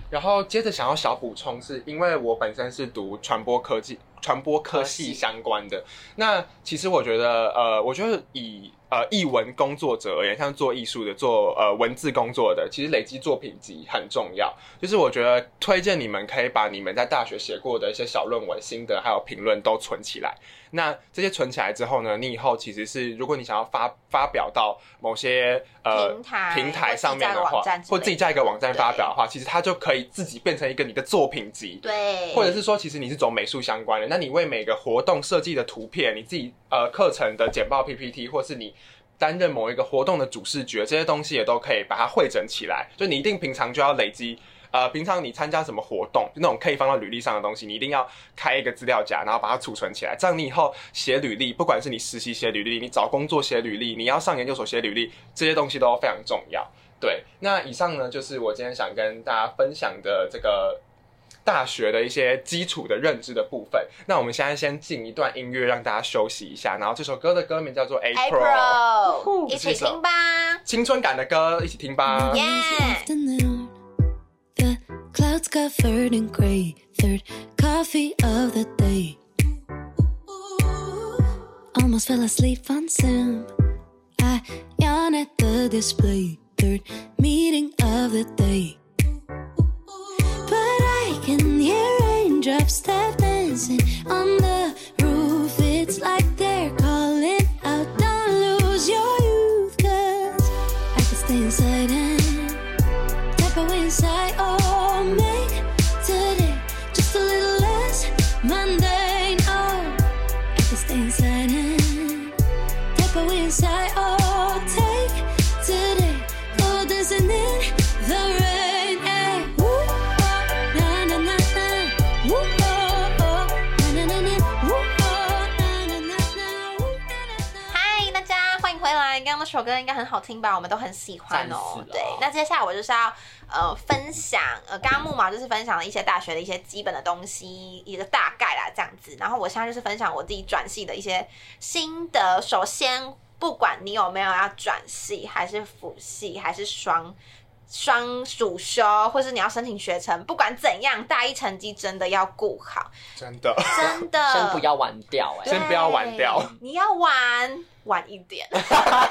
Speaker 1: 然后接着想要小补充是，因为我本身是读传播科技、传播科系相关的。那其实我觉得，呃，我觉得以呃译文工作者而言，像做艺术的、做呃文字工作的，其实累积作品集很重要。就是我觉得推荐你们可以把你们在大学写过的一些小论文、心得还有评论都存起来。那这些存起来之后呢，你以后其实是如果你想要发发表到某些呃
Speaker 2: 平台
Speaker 1: 平台上面的
Speaker 2: 或自己在
Speaker 1: 话
Speaker 2: 网站之，类的
Speaker 1: 或自己在一个网站发表的话，其实它就可以自己变成一个你的作品集。
Speaker 2: 对，
Speaker 1: 或者是说，其实你是走美术相关的，那你为每个活动设计的图片，你自己呃课程的简报 PPT，或是你担任某一个活动的主视觉，这些东西也都可以把它汇整起来。就你一定平常就要累积，呃，平常你参加什么活动，就那种可以放到履历上的东西，你一定要开一个资料夹，然后把它储存起来。这样你以后写履历，不管是你实习写履历，你找工作写履历，你要上研究所写履历，这些东西都非常重要。对，那以上呢就是我今天想跟大家分享的这个大学的一些基础的认知的部分。那我们现在先进一段音乐，让大家休息一下。然后这首歌的歌名叫做 April，
Speaker 2: April 一
Speaker 1: 这是
Speaker 2: 起
Speaker 1: 一首
Speaker 2: 听吧，
Speaker 1: 青春感的歌，一起听吧。
Speaker 2: Yeah.
Speaker 4: afternoon. The clouds covered in gray. Third coffee of the day. Almost fell asleep on Zoom. I yawn at the display. Third meeting of the the day. But I can hear raindrops step dancing on the roof. It's like they're calling out, don't lose your youth, cause I can stay inside and tap away inside. Oh, make today just a little less mundane. Oh, I can stay inside and tap away inside. Oh, take today for dancing in the rain. Hey, woo, oh, na na na na, woo, oh, oh, na na na na, woo, oh, na na na na, woo, na na na.
Speaker 2: 嗨，大家欢迎回来！刚刚那首歌应该很好听吧？我们都很喜欢哦。
Speaker 3: 暂时啊
Speaker 2: 对，那接下来我就是要呃分享，呃，刚刚木毛就是分享了一些大学的一些基本的东西，一个大概啦这样子。然后我现在就是分享我自己转系的一些心得。首先，不管你有没有要转系，还是辅系，还是双双主修，或是你要申请学程，不管怎样，大一成绩真的要顾好，
Speaker 1: 真的，
Speaker 2: 真的。
Speaker 3: 先不要玩掉哎、
Speaker 1: 先不要玩掉
Speaker 2: 对，你要玩晚一 点，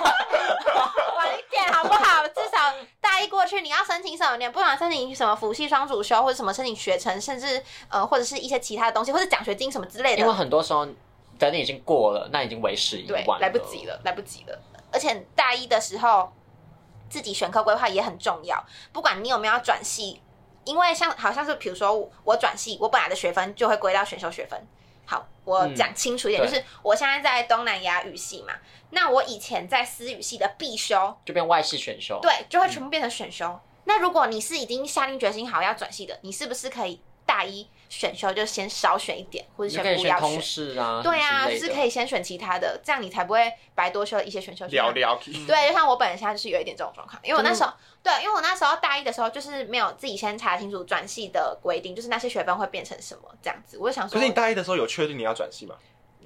Speaker 2: 晚一点好不好？至少大一过去，你要申请什么，你不管申请什么辅系双主修，或者什么申请学程，甚至呃，或者是一些其他的东西，或者奖学金什么之类
Speaker 3: 因为
Speaker 2: 的，
Speaker 3: 很多时候等你已经过了，那已经为时已
Speaker 2: 对
Speaker 3: 晚，，
Speaker 2: 来不及。了，来不及了。而且大一的时候，自己选科规划也很重要，不管你有没有要转系，因为像好像是比如说我我转系，我本来的学分就会归到选修学分。好，我
Speaker 3: 嗯
Speaker 2: 讲清楚一点，
Speaker 3: 对
Speaker 2: 就是我现在在东南亚语系嘛，那我以前在私语系的必修，
Speaker 3: 就变外系选修。，
Speaker 2: 对，就会全部变成选修。那如果你是已经下定决心好要转系的，你是不是可以大一选修就先少选一点，或者
Speaker 3: 你就可
Speaker 2: 先
Speaker 3: 以
Speaker 2: 不
Speaker 3: 选
Speaker 2: 要
Speaker 3: 通识啊，
Speaker 2: 对啊，
Speaker 3: 什
Speaker 2: 就
Speaker 3: 么之
Speaker 2: 是
Speaker 3: 类的
Speaker 2: 可以先选其他的，这样你才不会白多修了一些选修学
Speaker 1: 聊嗯
Speaker 2: 分。
Speaker 1: 聊。
Speaker 2: 对，就像我本人现在就是有一点这种状况，因为我那
Speaker 3: 真的
Speaker 2: 时候对，因为我那时候大一的时候就是没有自己先查清楚转系的规定，就是那些学分会变成什么这样子。我就想说，
Speaker 1: 可是你大一的时候有确定你要转系吗？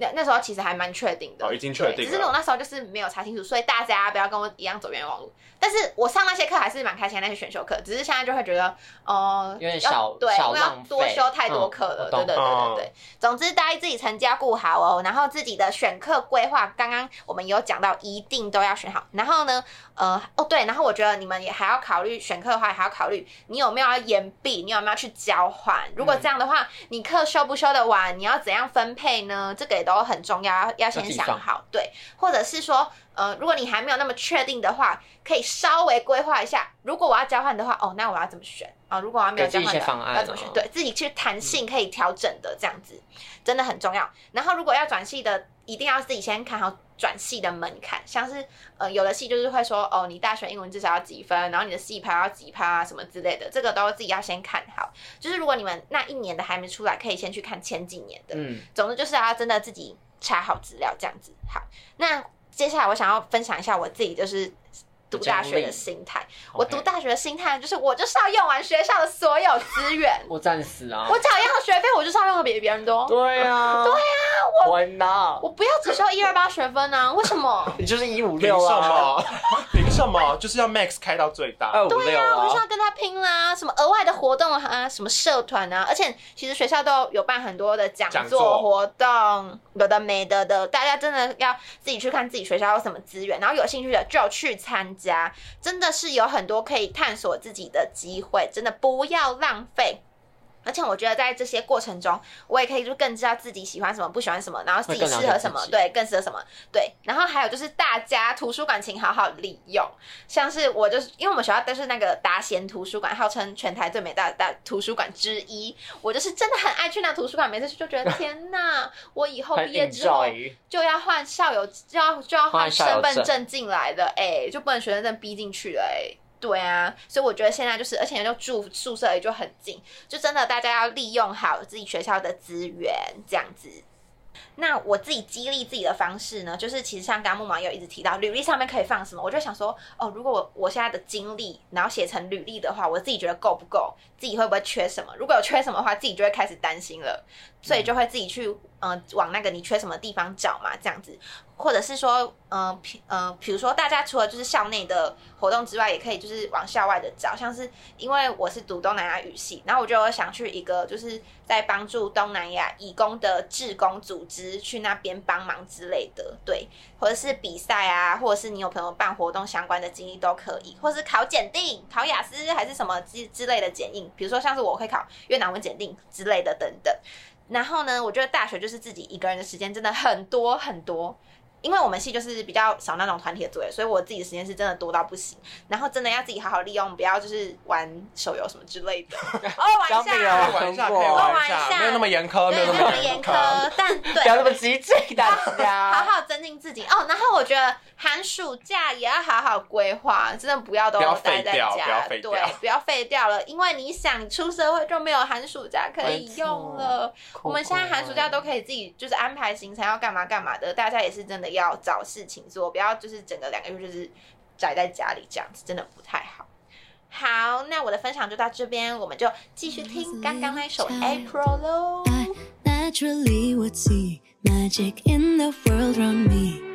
Speaker 2: 那那时候其实还蛮确定的，
Speaker 1: 哦已经确定了
Speaker 2: 对只是我那时候就是没有查清楚，所以大家不要跟我一样走冤枉路。但是我上那些课还是蛮开心的，那些选修课，只是现在就会觉得，哦、
Speaker 3: 有点
Speaker 2: 要
Speaker 3: 小
Speaker 2: 对，
Speaker 3: 小
Speaker 2: 我要
Speaker 3: 浪费
Speaker 2: 多修太多课
Speaker 3: 嗯
Speaker 2: 了，
Speaker 3: 我
Speaker 2: 对对对
Speaker 3: 懂
Speaker 2: 对
Speaker 1: 哦
Speaker 2: 对。总之，大家自己成绩要顾好哦，然后自己的选课规划，刚刚我们有讲到，一定都要选好。然后呢，呃，哦对，然后我觉得你们也还要考虑选课的话，还要考虑你有没有要延毕，你有没有去交换。如
Speaker 3: 嗯
Speaker 2: 果这样的话，你课修不修得完，你要怎样分配呢？这个也都很重要，要要先
Speaker 3: 要计
Speaker 2: 想
Speaker 3: 算
Speaker 2: 好。对，或者是说，呃，如果你还没有那么确定的话，可以稍微规划一下。如果我要交换的话，哦，那我要怎么选啊、如果我要没有
Speaker 3: 给自
Speaker 2: 交换
Speaker 3: 己
Speaker 2: 的
Speaker 3: 一些
Speaker 2: 话，
Speaker 3: 方案嗯
Speaker 2: 要怎么选？
Speaker 3: 啊
Speaker 2: 对自己去弹性可以调整的，这样子真的很重要。然后，如果要转系的，一定要自己先看好转系的门槛，像是呃，有的系就是会说，哦，你大学英文至少要几分，然后你的系排要几趴、啊、什么之类的，这个都自己要先看好。就是如果你们那一年的还没出来，可以先去看前几年的。
Speaker 3: 嗯，
Speaker 2: 总之就是要真的自己查好资料这样子。好，那接下来我想要分享一下我自己就是读大学的心态。我读
Speaker 3: OK，
Speaker 2: 大学的心态就是我就是要用完学校的所有资源
Speaker 3: 我战死啊
Speaker 2: 我，缴一样的学费，我就是要用的比别人多。
Speaker 3: 对啊，对啊，我哪？
Speaker 2: 我不要只修一二八学分啊？为什么？
Speaker 3: 你就是一五
Speaker 1: 凭什
Speaker 3: 六啊，
Speaker 1: 么？凭什么？就是要 max 开到最大。
Speaker 3: 二五
Speaker 2: 对
Speaker 3: 六
Speaker 2: 啊，我就是
Speaker 3: 啊
Speaker 2: 要，跟他拼啦！什么额外的活动啊，什么社团啊，而且其实学校都有办很多的讲
Speaker 1: 讲
Speaker 2: 座
Speaker 1: 座
Speaker 2: 活动，有的没的的，大家真的要自己去看自己学校有什么资源，然后有兴趣的就去参加，真的是有很多可以探索自己的机会，真的不要浪费。而且我觉得在这些过程中，我也可以就更知道自己喜欢什么，不喜欢什么，然后自己
Speaker 3: 会更了
Speaker 2: 适
Speaker 3: 解
Speaker 2: 合什么
Speaker 3: 自，己
Speaker 2: 对，更适合什么，对。然后还有就是大家图书馆请好好利用，像是我就是因为我们学校都是那个达贤图书馆，号称全台最美大大图书馆之一，我就是真的很爱去那图书馆，每次去就 觉得天呐，我以后
Speaker 3: 很
Speaker 2: 毕业之后
Speaker 3: enjoy
Speaker 2: 就要换校友，就要就要换
Speaker 3: 换校友
Speaker 2: 身份
Speaker 3: 证
Speaker 2: 证进来的，哎、就不能学生证逼进去了、哎。对啊，所以我觉得现在就是，而且就住宿舍也就很近，就真的大家要利用好自己学校的资源，这样子。那我自己激励自己的方式呢，就是其实像刚刚木毛也有一直提到，履历上面可以放什么，我就想说，哦，如果我我现在的经历，然后写成履历的话，我自己觉得够不够，自己会不会缺什么？如果有缺什么的话，自己就会开始担心了，所以就会自己去呃往那个你缺什么地方找嘛，这样子，或者是说呃譬呃比如说大家除了就是校内的活动之外，也可以就是往校外的找，像是因为我是读东南亚语系，然后我就有想去一个就是在帮助东南亚义工的志工组织去那边帮忙之类的，对，或者是比赛啊，或者是你有朋友办活动相关的经历都可以，或是考检定、考雅思还是什么之之类的检定，比如说像是我会考越南文检定之类的等等。然后呢，我觉得大学就是自己一个人的时间真的很多很多，因为我们系就是比较少那种团体的作业，所以我自己的时间是真的多到不行。然后真的要自己好好利用，不要就是玩手游什么之类的，偶尔玩一
Speaker 3: 比
Speaker 2: 下
Speaker 3: 啊
Speaker 1: 开，玩笑，开
Speaker 3: 玩笑
Speaker 1: 玩笑，没有那么严苛，
Speaker 2: 对，
Speaker 1: 没有
Speaker 2: 没有
Speaker 1: 那
Speaker 2: 那
Speaker 1: 么
Speaker 2: 么严
Speaker 1: 苛。
Speaker 2: 苛，但对，
Speaker 3: 不要那么激进，大
Speaker 2: 好
Speaker 3: 家。
Speaker 2: 好增进自己哦。然后我觉得寒暑假也要好好规划，真的不要都
Speaker 1: 不要
Speaker 2: 待
Speaker 1: 废
Speaker 2: 在
Speaker 1: 掉不要
Speaker 2: 家，
Speaker 1: 废掉
Speaker 2: 对，不要废掉了，因为你想你出社会就没有寒暑假可以用了。我们现在寒暑假都可以自己就是安排行程，要干嘛干嘛的。大家也是真的要找事情做，不要就是整个两个月就是宅在家里这样子，真的不太好。好，那我的分享就到这边，我们就继续听刚刚那首 April 喽。
Speaker 4: I naturally would see magic in the world around me.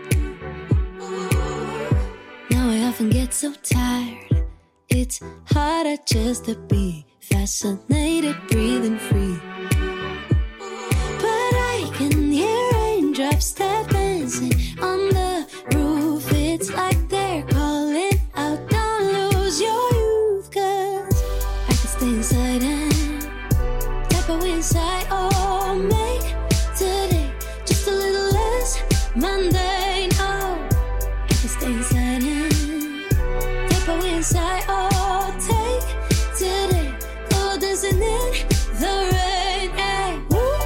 Speaker 4: Now I often get so tired. It's harder just to be fascinated, breathing free. But I can hear raindrops step dancing on the roof. It's like they're calling out, don't lose your youth, cause I can stay inside and Type away inside, oh, make today just a little less mundane. Oh, I can stay inside and type away inside, oh, take today, go dancing in the rain. Hey, woo, oh,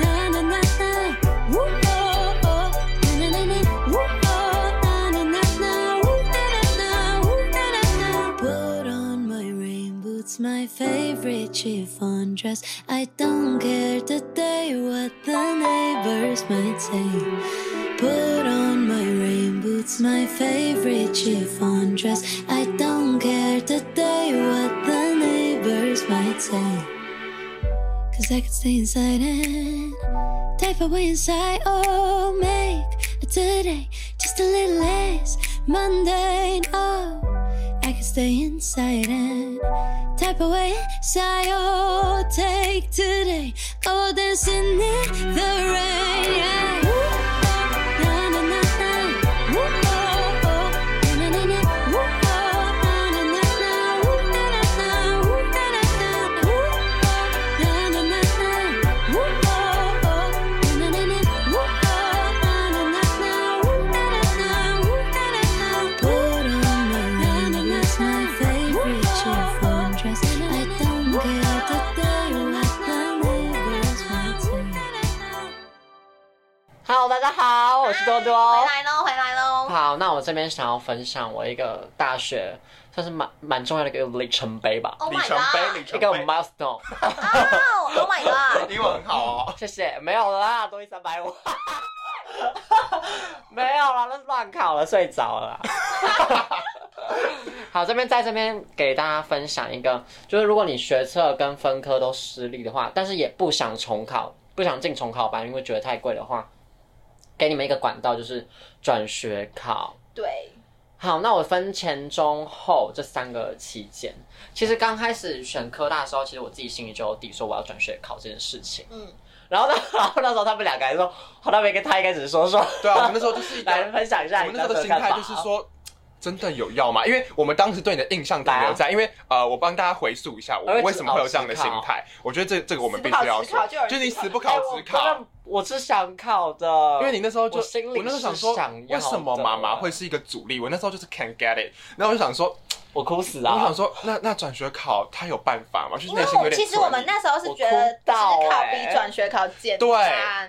Speaker 4: na na na na, woo, oh, oh, na na na na, woo, oh, na na na na, woo, na na na, woo, na na na. Put on my rain boots, my favorite chiffon dress. I don't care today what the neighbors might say. Put on my rain boots, my favorite chiffon dress. I don't care today what the neighbors might say. Cause I could stay inside and type away inside. Oh, make today just a little less mundane. Oh, I could stay inside and type away inside. Oh, take today, go dancing in the rain. Yeah. Woo, oh, na, na, na, na. Woo, oh, oh, na, na, na, na. Woo, oh, na, na, na, na. Woo, na, na, na. Woo, na, na, na. Woo, oh, na, na, na, na. Woo, oh, oh, na, na, na, na. Woo, oh, na, na, na, na. Woo, na, na, na. Woo, na, na, na. Put on my rainbows, my favorite chiffon dress. I don't care today what the neighbors might say.
Speaker 3: Hello，大家好，
Speaker 2: Oh
Speaker 3: 我是多多
Speaker 2: 回。来喽，回来喽。
Speaker 3: 好，那我这边想要分享我一个大学算是蛮蛮重要的一个里程碑吧，
Speaker 2: Oh
Speaker 1: 里
Speaker 2: my
Speaker 1: 程
Speaker 2: god！
Speaker 1: 碑，里
Speaker 3: 一
Speaker 1: 程
Speaker 3: 个
Speaker 1: 碑，
Speaker 3: milestone。
Speaker 2: 哦，Oh my god！
Speaker 1: 英文很好哦。
Speaker 3: 谢谢，没有了啦，多一三百五。 没有了，那是乱考了，睡着了啦。好，这边在这边给大家分享一个，就是如果你学测跟分科都失利的话，但是也不想重考，不想进重考班，因为觉得太贵的话，给你们一个管道，就是转学考。
Speaker 2: 对，
Speaker 3: 好，那我分前中后这三个期间，其实刚开始选科大的时候，其实我自己心里就有底，说我要转学考这件事情。
Speaker 2: 嗯，
Speaker 3: 然后呢，然后那时候他们两个还说，好，那边跟他一开始说说，
Speaker 1: 对啊，我们那时候就是一个
Speaker 3: 来分享一下
Speaker 1: 我
Speaker 3: 你
Speaker 1: 们那时候的心
Speaker 3: 看
Speaker 1: 态
Speaker 3: 法。
Speaker 1: 就是说，真的有要吗？因为我们当时对你的印象停留在，因为呃，我帮大家回溯一下，我
Speaker 3: 啊我会
Speaker 1: 为什么会有这样的心态。我觉得这这个我们必须要
Speaker 2: 死不考只考
Speaker 1: 说
Speaker 2: 就有，人
Speaker 1: 就是你死不
Speaker 3: 哎
Speaker 1: 考
Speaker 3: 我
Speaker 1: 只
Speaker 3: 真
Speaker 1: 考
Speaker 3: 的。我是想考的，
Speaker 1: 因为你那时候就，
Speaker 3: 我心里
Speaker 1: 我那时候想说
Speaker 3: 是想，要
Speaker 1: 为什么
Speaker 3: 的
Speaker 1: 妈妈会是一个阻力？我那时候就是 can't get it，然后我就想说，
Speaker 3: 我哭死
Speaker 1: 我
Speaker 3: 啊！
Speaker 1: 想说，那那转学考他有办法吗？就是
Speaker 2: 因为
Speaker 1: 内心有
Speaker 2: 我
Speaker 1: 点
Speaker 2: 其实我们
Speaker 1: 存疑
Speaker 2: 那时候是觉得，只
Speaker 3: 我哭
Speaker 2: 考
Speaker 3: 到
Speaker 2: 比
Speaker 3: 欸
Speaker 2: 转学考简单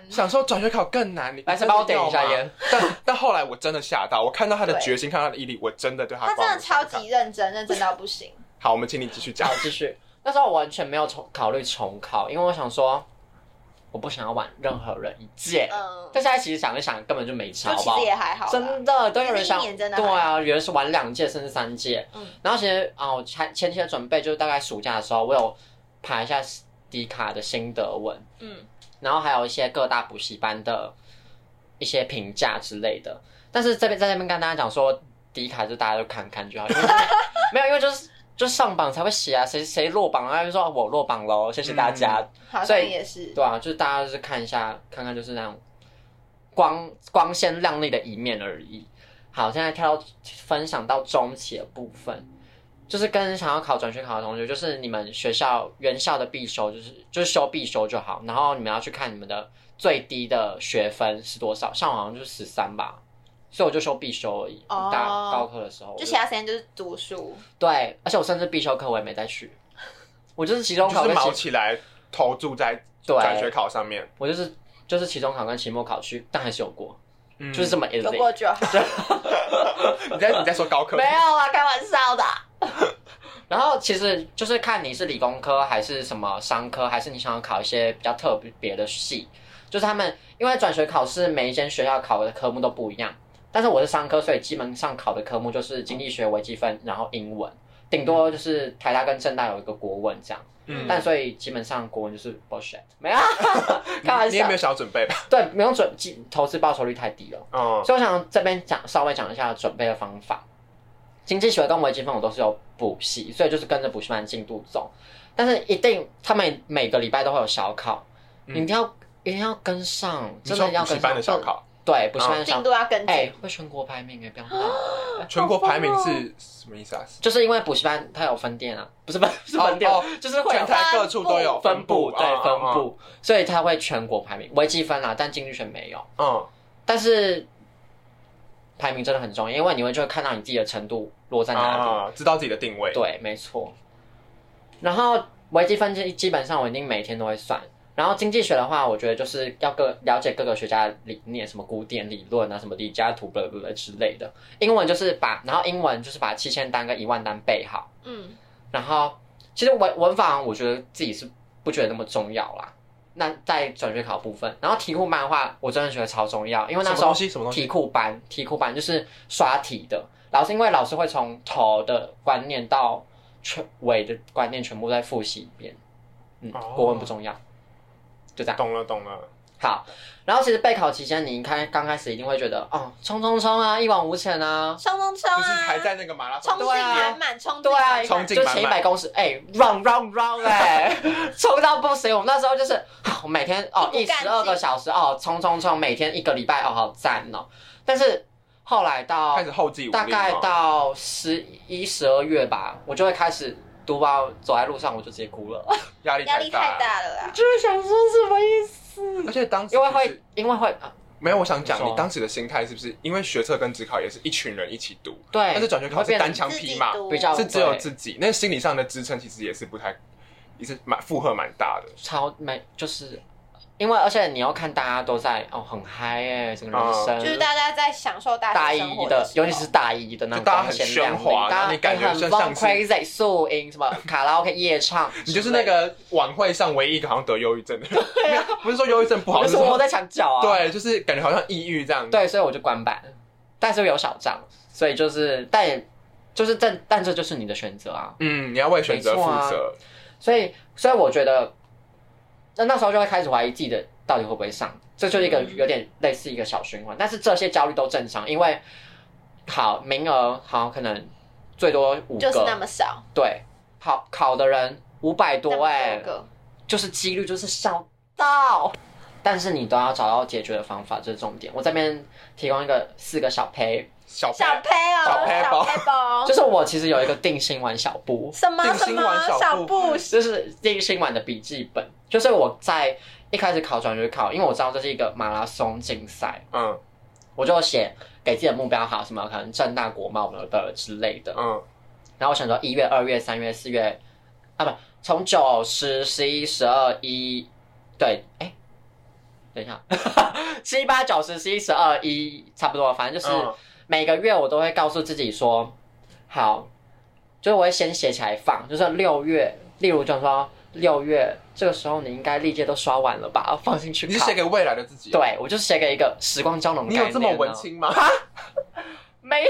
Speaker 1: 对，。想说转学考更难，你
Speaker 3: 来
Speaker 1: 真
Speaker 3: 先
Speaker 1: 的
Speaker 3: 帮我点一下
Speaker 1: 要吗
Speaker 3: 烟。
Speaker 1: 但但后来我真的吓到，我看到他的
Speaker 2: 对
Speaker 1: 决心，看到他的毅力，我真的对他
Speaker 2: 他真
Speaker 1: 刮
Speaker 2: 的
Speaker 1: 目
Speaker 2: 超
Speaker 1: 相看
Speaker 2: 级认真，认真到不行。
Speaker 1: 好。我们请你继续讲
Speaker 3: 好，，继续。那时候我完全没有重考虑重考，因为我想说，我不想要玩任何人一届。
Speaker 2: 嗯，
Speaker 3: 但现在其实想一想，根本就没差，
Speaker 2: 就
Speaker 3: 好
Speaker 2: 其
Speaker 3: 不好
Speaker 2: 实？也还好啦，
Speaker 3: 真的都有人想
Speaker 2: 其实一年真的
Speaker 3: 对
Speaker 2: 还好
Speaker 3: 啊，有人是玩两届甚至三届。
Speaker 2: 嗯
Speaker 3: 然后其实啊，我前前期的准备就是大概暑假的时候，我有爬一下迪卡的心得文，
Speaker 2: 嗯，
Speaker 3: 然后还有一些各大补习班的一些评价之类的。但是这边在这边跟大家讲说，迪卡就大家就看看就好，因为没有，因为就是就上榜才会写啊，谁谁落榜啊，就说啊我落榜喽，谢谢大家。
Speaker 2: 好
Speaker 3: 所
Speaker 2: 像
Speaker 3: 以
Speaker 2: 也是。
Speaker 3: 对啊，就是大家就是看一下，看看就是那种光光鲜亮丽的一面而已。好，现在跳到分享到中期的部分，就是跟想要考转学考的同学，就是你们学校原校的必修，就是就是修必修就好，然后你们要去看你们的最低的学分是多少，像我好像就是十三吧，所以我就修必修而已。
Speaker 2: 哦
Speaker 3: 大高科的时候我
Speaker 2: 就其他时间就是读书，
Speaker 3: 对，而且我甚至必修课我也没再去，我就是期 中考
Speaker 1: 就是
Speaker 3: 跟期
Speaker 1: 毛起来投注在
Speaker 3: 对
Speaker 1: 转学考上面，
Speaker 3: 我就是就是期中考跟期末考去，但还是有过，
Speaker 1: 嗯
Speaker 3: 就是这么 easy。
Speaker 2: 有过就好，
Speaker 1: 你在你在说高科
Speaker 2: 没有啊，开玩笑的。
Speaker 3: 然后其实就是看你是理工科还是什么商科，还是你想要考一些比较特别的系，就是他们因为转学考试每一间学校考的科目都不一样，但是我是商科，所以基本上考的科目就是经济学、微积分，然后英文，顶多就是台大跟政大有一个国文这样，
Speaker 1: 嗯
Speaker 3: 但所以基本上国文就是 bullshit，没有啊， 开
Speaker 1: 你
Speaker 3: 玩
Speaker 1: 你也
Speaker 3: 笑
Speaker 1: 没有，想要准备吧？
Speaker 3: 对，没有准，投资报酬率太低了。
Speaker 1: 嗯，
Speaker 3: 所以我想这边讲稍微讲一下准备的方法。经济学跟微积分我都是有补习，所以就是跟着补习班进度走。但是一定他们每个礼拜都会有小考，
Speaker 1: 嗯
Speaker 3: 你一定要一定要跟上，
Speaker 1: 你
Speaker 3: 真
Speaker 1: 说
Speaker 3: 的要
Speaker 1: 补习
Speaker 3: 跟
Speaker 1: 班
Speaker 3: 上。
Speaker 1: 的小考，
Speaker 3: 对补习班的小
Speaker 2: 嗯进度要跟
Speaker 3: 哎、
Speaker 2: 进，
Speaker 3: 会全国排名哎、不要闹。
Speaker 1: 全国排名是什么意思啊？
Speaker 3: 就是因为补习班它有分店啊，不是分是分店，
Speaker 1: 哦
Speaker 3: 就是会
Speaker 1: 全
Speaker 3: 有
Speaker 1: 台各处都有
Speaker 3: 分布，对
Speaker 1: 哦
Speaker 3: 分
Speaker 1: 哦
Speaker 3: 布，所以它会全国排名。微积分啊，但经济学没有。
Speaker 1: 哦
Speaker 3: 但是排名真的很重要，因为你会就会看到你自己的程度落在
Speaker 1: 嗯
Speaker 3: 哪里。
Speaker 1: 啊，知道自己的定位，
Speaker 3: 对，没错。然后微积分基基本上我一定每天都会算。然后经济学的话，我觉得就是要各了解各个学家的理念，什么古典理论啊，什么李嘉图不不不之类的。英文就是把，然后英文就是把七千单跟一万单背好。
Speaker 2: 嗯，
Speaker 3: 然后其实文文法我觉得自己是不觉得那么重要啦。那在转学考部分，然后题库班的话，我真的觉得超重要，因为那时
Speaker 1: 什么
Speaker 3: 候
Speaker 1: 东西什么东西
Speaker 3: 题库班，题库班就是刷题的。老师因为老师会从头的观念到全尾的观念全部再复习一遍，嗯
Speaker 1: 哦，
Speaker 3: 国文不重要，就这样。
Speaker 1: 懂了懂了，
Speaker 3: 好，然后其实备考期间，你一开刚开始一定会觉得，哦，冲冲冲啊，一往无前啊，
Speaker 2: 冲冲冲
Speaker 1: 就是
Speaker 2: 啊
Speaker 1: 还！在那个马拉
Speaker 2: 冲劲
Speaker 1: 松，
Speaker 3: 对啊
Speaker 2: 满满，冲劲
Speaker 3: 对啊，
Speaker 2: 满
Speaker 1: 冲
Speaker 2: 满。
Speaker 1: 劲
Speaker 3: 就
Speaker 1: 满
Speaker 3: 前一
Speaker 1: 满
Speaker 3: 百公尺，哎、r u n run run，哎、 冲到不行。我们那时候就是，啊我每天哦
Speaker 2: 一
Speaker 3: 一
Speaker 2: 股干
Speaker 3: 十二
Speaker 2: 劲
Speaker 3: 个小时哦，冲冲冲，每天一个礼拜哦，好赞哦。但是后来到
Speaker 1: 开始后继无力
Speaker 3: 大概
Speaker 1: 哦
Speaker 3: 到十一、十二月吧，我就会开始读到走在路上 我就直接哭了，
Speaker 1: 压力
Speaker 2: 压力太，大了啦！
Speaker 3: 就是想说什么意思？
Speaker 1: 而且当时
Speaker 3: 因为
Speaker 1: 其
Speaker 3: 会
Speaker 1: 实，
Speaker 3: 因为会，啊、
Speaker 1: 没有，我想讲
Speaker 3: 你说
Speaker 1: 你当时的心态是不是？因为学测跟职考也是一群人一起读，
Speaker 3: 对，
Speaker 1: 但是转学考
Speaker 3: 会
Speaker 1: 是
Speaker 3: 变
Speaker 1: 单枪
Speaker 2: 自己
Speaker 1: 匹马，
Speaker 2: 读
Speaker 3: 比较
Speaker 1: 是只有
Speaker 3: 对
Speaker 1: 自己，那心理上的支撑其实也是不太，也是蛮负荷蛮大的。
Speaker 3: 超没，就是因为而且你要看大家都在哦很嗨哎、整个人
Speaker 1: 哦
Speaker 3: 生、
Speaker 2: 就是大家在享受大
Speaker 3: 大
Speaker 2: 学生
Speaker 3: 一
Speaker 2: 活
Speaker 3: 的，
Speaker 2: 时
Speaker 3: 尤
Speaker 2: 候
Speaker 3: 其是大一的那
Speaker 1: 就
Speaker 3: 种
Speaker 1: 大家
Speaker 3: 光
Speaker 1: 很
Speaker 3: 鲜亮
Speaker 1: 喧
Speaker 3: 丽
Speaker 1: 哗，
Speaker 3: 大
Speaker 1: 然后
Speaker 3: 家
Speaker 1: 你感觉
Speaker 3: 很
Speaker 1: 像
Speaker 3: 疯
Speaker 1: 上次
Speaker 3: crazy 宿营什么卡拉 OK 夜唱之类 的，
Speaker 1: 你就是那个晚会上唯一一个好像得忧郁症的人，没有不是说忧郁症不好，
Speaker 3: 我
Speaker 1: 就
Speaker 3: 就是是我
Speaker 1: 说
Speaker 3: 在墙角啊，
Speaker 1: 对，就是感觉好像抑郁这样。，
Speaker 3: 对，所以我就关板，但是有小账，所以就是但也就是但但这就是你的选择啊，
Speaker 1: 嗯，你要为选择负
Speaker 3: 没错
Speaker 1: 责。
Speaker 3: 所以所以我觉得那那时候就会开始怀疑自己的到底会不会上，这就是一个
Speaker 2: 嗯
Speaker 3: 有点类似一个小循环，但是这些焦虑都正常，因为好名额好可能最多五个，
Speaker 2: 就是那么少，
Speaker 3: 对，考考的人五百
Speaker 2: 那
Speaker 3: 多
Speaker 2: 么
Speaker 3: 哎、
Speaker 2: 多个，
Speaker 3: 就是几率就是小到，但是你都要找到解决的方法，这是重点。我这边提供一个四个小胚，
Speaker 1: 小
Speaker 2: 小
Speaker 1: 朋友
Speaker 2: p a
Speaker 1: 小
Speaker 2: 哦，
Speaker 1: 胚
Speaker 2: 小
Speaker 1: 包
Speaker 2: p a 包
Speaker 3: 就是我其实有一个定心丸小布，
Speaker 2: 什么
Speaker 1: 定
Speaker 2: 什
Speaker 1: 心丸
Speaker 2: 么
Speaker 1: 小
Speaker 2: 小
Speaker 1: 布
Speaker 2: 布，
Speaker 3: 就是定心丸的笔记本，就是我在一开始考转学考，因为我知道这是一个马拉松竞赛，
Speaker 1: 嗯
Speaker 3: 我就写给自己的目标好什么，可能正大国贸的的之类的，
Speaker 1: 嗯，
Speaker 3: 然后我想说一月、二月、三月、四月，啊不，从九、十、十一、十二、一，对，哎，等一下， 七八九十十一十二一，差不多，反正就是
Speaker 1: 嗯
Speaker 3: 每个月我都会告诉自己说，好，就是我会先写起来放，就是六月，例如就说六月这个时候你应该历届都刷完了吧， 放进去
Speaker 1: 你是
Speaker 3: 考
Speaker 1: 写。给未来的自己。，
Speaker 3: 对，我就是写给一个时光胶囊、概
Speaker 1: 你有这么
Speaker 3: 念啊
Speaker 1: 文？青吗？
Speaker 3: 没，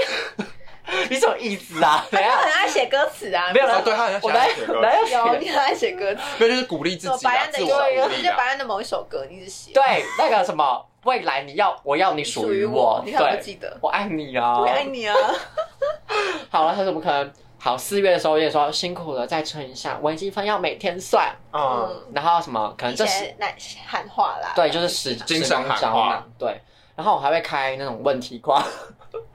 Speaker 3: 你什么意思啊？等一
Speaker 2: 他
Speaker 3: 下
Speaker 2: 很爱写歌词啊，
Speaker 3: 没有
Speaker 1: 啊，对他很
Speaker 3: 我
Speaker 1: 想
Speaker 3: 哪
Speaker 1: 要
Speaker 3: 有
Speaker 1: 写歌
Speaker 3: 哪，有
Speaker 2: 有
Speaker 3: 写
Speaker 2: 你很爱写歌词。
Speaker 1: 没有就是鼓励自己
Speaker 2: 哦白
Speaker 1: 啊，
Speaker 2: 安的
Speaker 1: 自
Speaker 2: 一
Speaker 1: 我
Speaker 2: 个
Speaker 1: 鼓
Speaker 2: 就
Speaker 1: 励
Speaker 2: 是
Speaker 1: 啊
Speaker 2: 白。安的某一首歌，你一直写，，
Speaker 3: 对那个什么未来你要我要你属
Speaker 2: 属
Speaker 3: 于
Speaker 2: 于
Speaker 3: 我，
Speaker 2: 你很不
Speaker 3: 对，
Speaker 2: 记得，
Speaker 3: 我爱你啊，
Speaker 2: 我也爱你啊，
Speaker 3: 好了，他怎么可能？好，四月的时候我也说辛苦了，再撑一下，微积分要每天算。
Speaker 1: 嗯，
Speaker 2: 嗯，
Speaker 3: 然后什么？可能
Speaker 2: 以
Speaker 3: 这是
Speaker 2: 前难喊话啦，
Speaker 3: 对，就是使
Speaker 1: 精神喊话
Speaker 3: 招揽对。然后我还会开那种问题 框，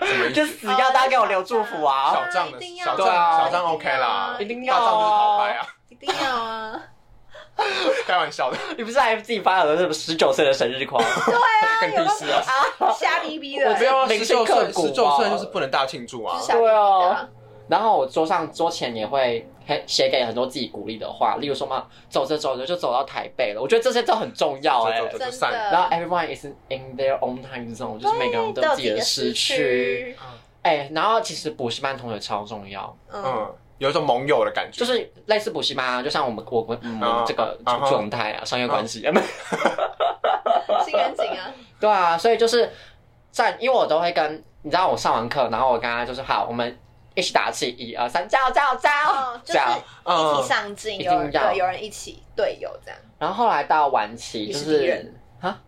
Speaker 1: 什么意
Speaker 3: 就
Speaker 1: 思？
Speaker 2: 哦
Speaker 3: 死要大家给我留祝福啊！
Speaker 1: 小账
Speaker 2: 一
Speaker 1: 的
Speaker 2: 定要
Speaker 1: 小
Speaker 3: 对
Speaker 1: 账
Speaker 3: 啊
Speaker 1: 小账 OK 啦，
Speaker 3: 一定
Speaker 1: 大
Speaker 3: 要
Speaker 1: 账
Speaker 2: 哦
Speaker 1: 就是淘
Speaker 3: 啊
Speaker 1: 汰！啊，
Speaker 2: 一定要啊，
Speaker 1: 开玩笑的，
Speaker 3: 你不是还自己发了什么十九岁的生日 框？
Speaker 1: 更低视啊。
Speaker 2: 瞎逼逼的，
Speaker 1: 我不要啊，
Speaker 3: 明
Speaker 1: 十
Speaker 3: 星
Speaker 1: 九
Speaker 3: 刻
Speaker 1: 岁，
Speaker 3: 骨
Speaker 1: 十九岁
Speaker 3: 啊
Speaker 1: 就是不能大庆祝啊
Speaker 2: 就是。瞎逼逼的啊，
Speaker 3: 然后我桌上桌前也会嘿写给很多自己鼓励的话，例如说嘛，走着走着就走到台北了。我觉得这些都很重要哎、
Speaker 1: 走着走着
Speaker 2: 真
Speaker 1: 就散了
Speaker 2: 的，
Speaker 1: 哎
Speaker 3: 然后 everyone is in their own time zone，就是每个人
Speaker 2: 对
Speaker 3: 都有
Speaker 2: 都
Speaker 3: 自己的时区。，哎、然后其实补习班同学超重要，
Speaker 2: 嗯，
Speaker 1: 嗯，有一种盟友的感觉，
Speaker 3: 就是类似补习班、啊，就像我们我们我们
Speaker 1: 嗯
Speaker 3: 这个
Speaker 1: 嗯哼
Speaker 3: 状态啊，商业关系。
Speaker 2: 新人景啊，
Speaker 3: 对啊，所以就是在，因为我都会跟你知道，我上完课，然后我跟他就是好，我们一起打气，一二三，加油加油加油，
Speaker 2: 哦，就是
Speaker 3: 这样。
Speaker 2: 一
Speaker 1: 嗯
Speaker 2: 起，上进，
Speaker 3: 一
Speaker 2: 有
Speaker 3: 定
Speaker 2: 人
Speaker 3: 要
Speaker 2: 对有人一起队友这样，
Speaker 3: 然后后来到晚期
Speaker 2: 你
Speaker 3: 就
Speaker 2: 是敌
Speaker 3: 是
Speaker 2: 人
Speaker 3: 啊，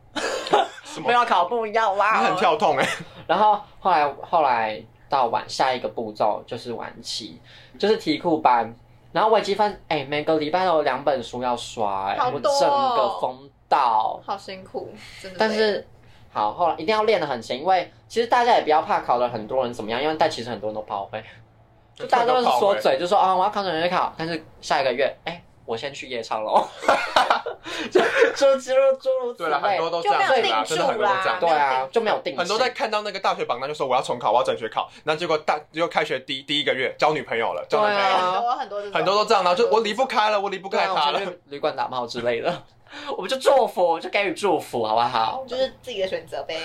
Speaker 1: 什么
Speaker 3: 没？有考不一样
Speaker 1: 你
Speaker 3: 啦
Speaker 1: 很。跳痛哎，
Speaker 3: 然后后来后来到晚下一个步骤就是晚期，就是题库班。然后微积分，哎、每个礼拜都有两本书要刷、哎、
Speaker 2: 好
Speaker 3: 我
Speaker 2: 多
Speaker 3: 整个
Speaker 2: 哦
Speaker 3: 疯到。
Speaker 2: 好辛苦，真的累，
Speaker 3: 但是好，后来一定要练得很勤，因为其实大家也不要怕考了很多人怎么样，因为但其实很多人都炮灰，就大家 都是说
Speaker 1: 欸
Speaker 3: 嘴，就说啊、我要考准去考，但是下一个月，哎、我先去夜唱喽， 就就诸如诸如此
Speaker 1: 对了，很
Speaker 3: 类
Speaker 1: 多。都这
Speaker 2: 就没
Speaker 1: 样
Speaker 2: 有
Speaker 1: 子
Speaker 2: 定
Speaker 1: 啦，真的很
Speaker 2: 住
Speaker 1: 多都这样
Speaker 2: 啦，
Speaker 1: 子
Speaker 3: 对。啊，就没有定性
Speaker 1: 很多在看到那个大学榜单就说我要重考，我要转学考，那结果大结果开学第第一个月交女朋友了，交男朋
Speaker 3: 对
Speaker 1: 友
Speaker 3: 啊
Speaker 1: 了，
Speaker 2: 很多很多这种
Speaker 1: 很多都这样啦，就我离不开了，我离不
Speaker 3: 对
Speaker 1: 开
Speaker 3: 啊，
Speaker 1: 他
Speaker 3: 我
Speaker 1: 了
Speaker 3: 先。去旅馆打炮之类的， 我们就祝福，我就给予祝福，好 不好？
Speaker 2: 就是自己的选择呗，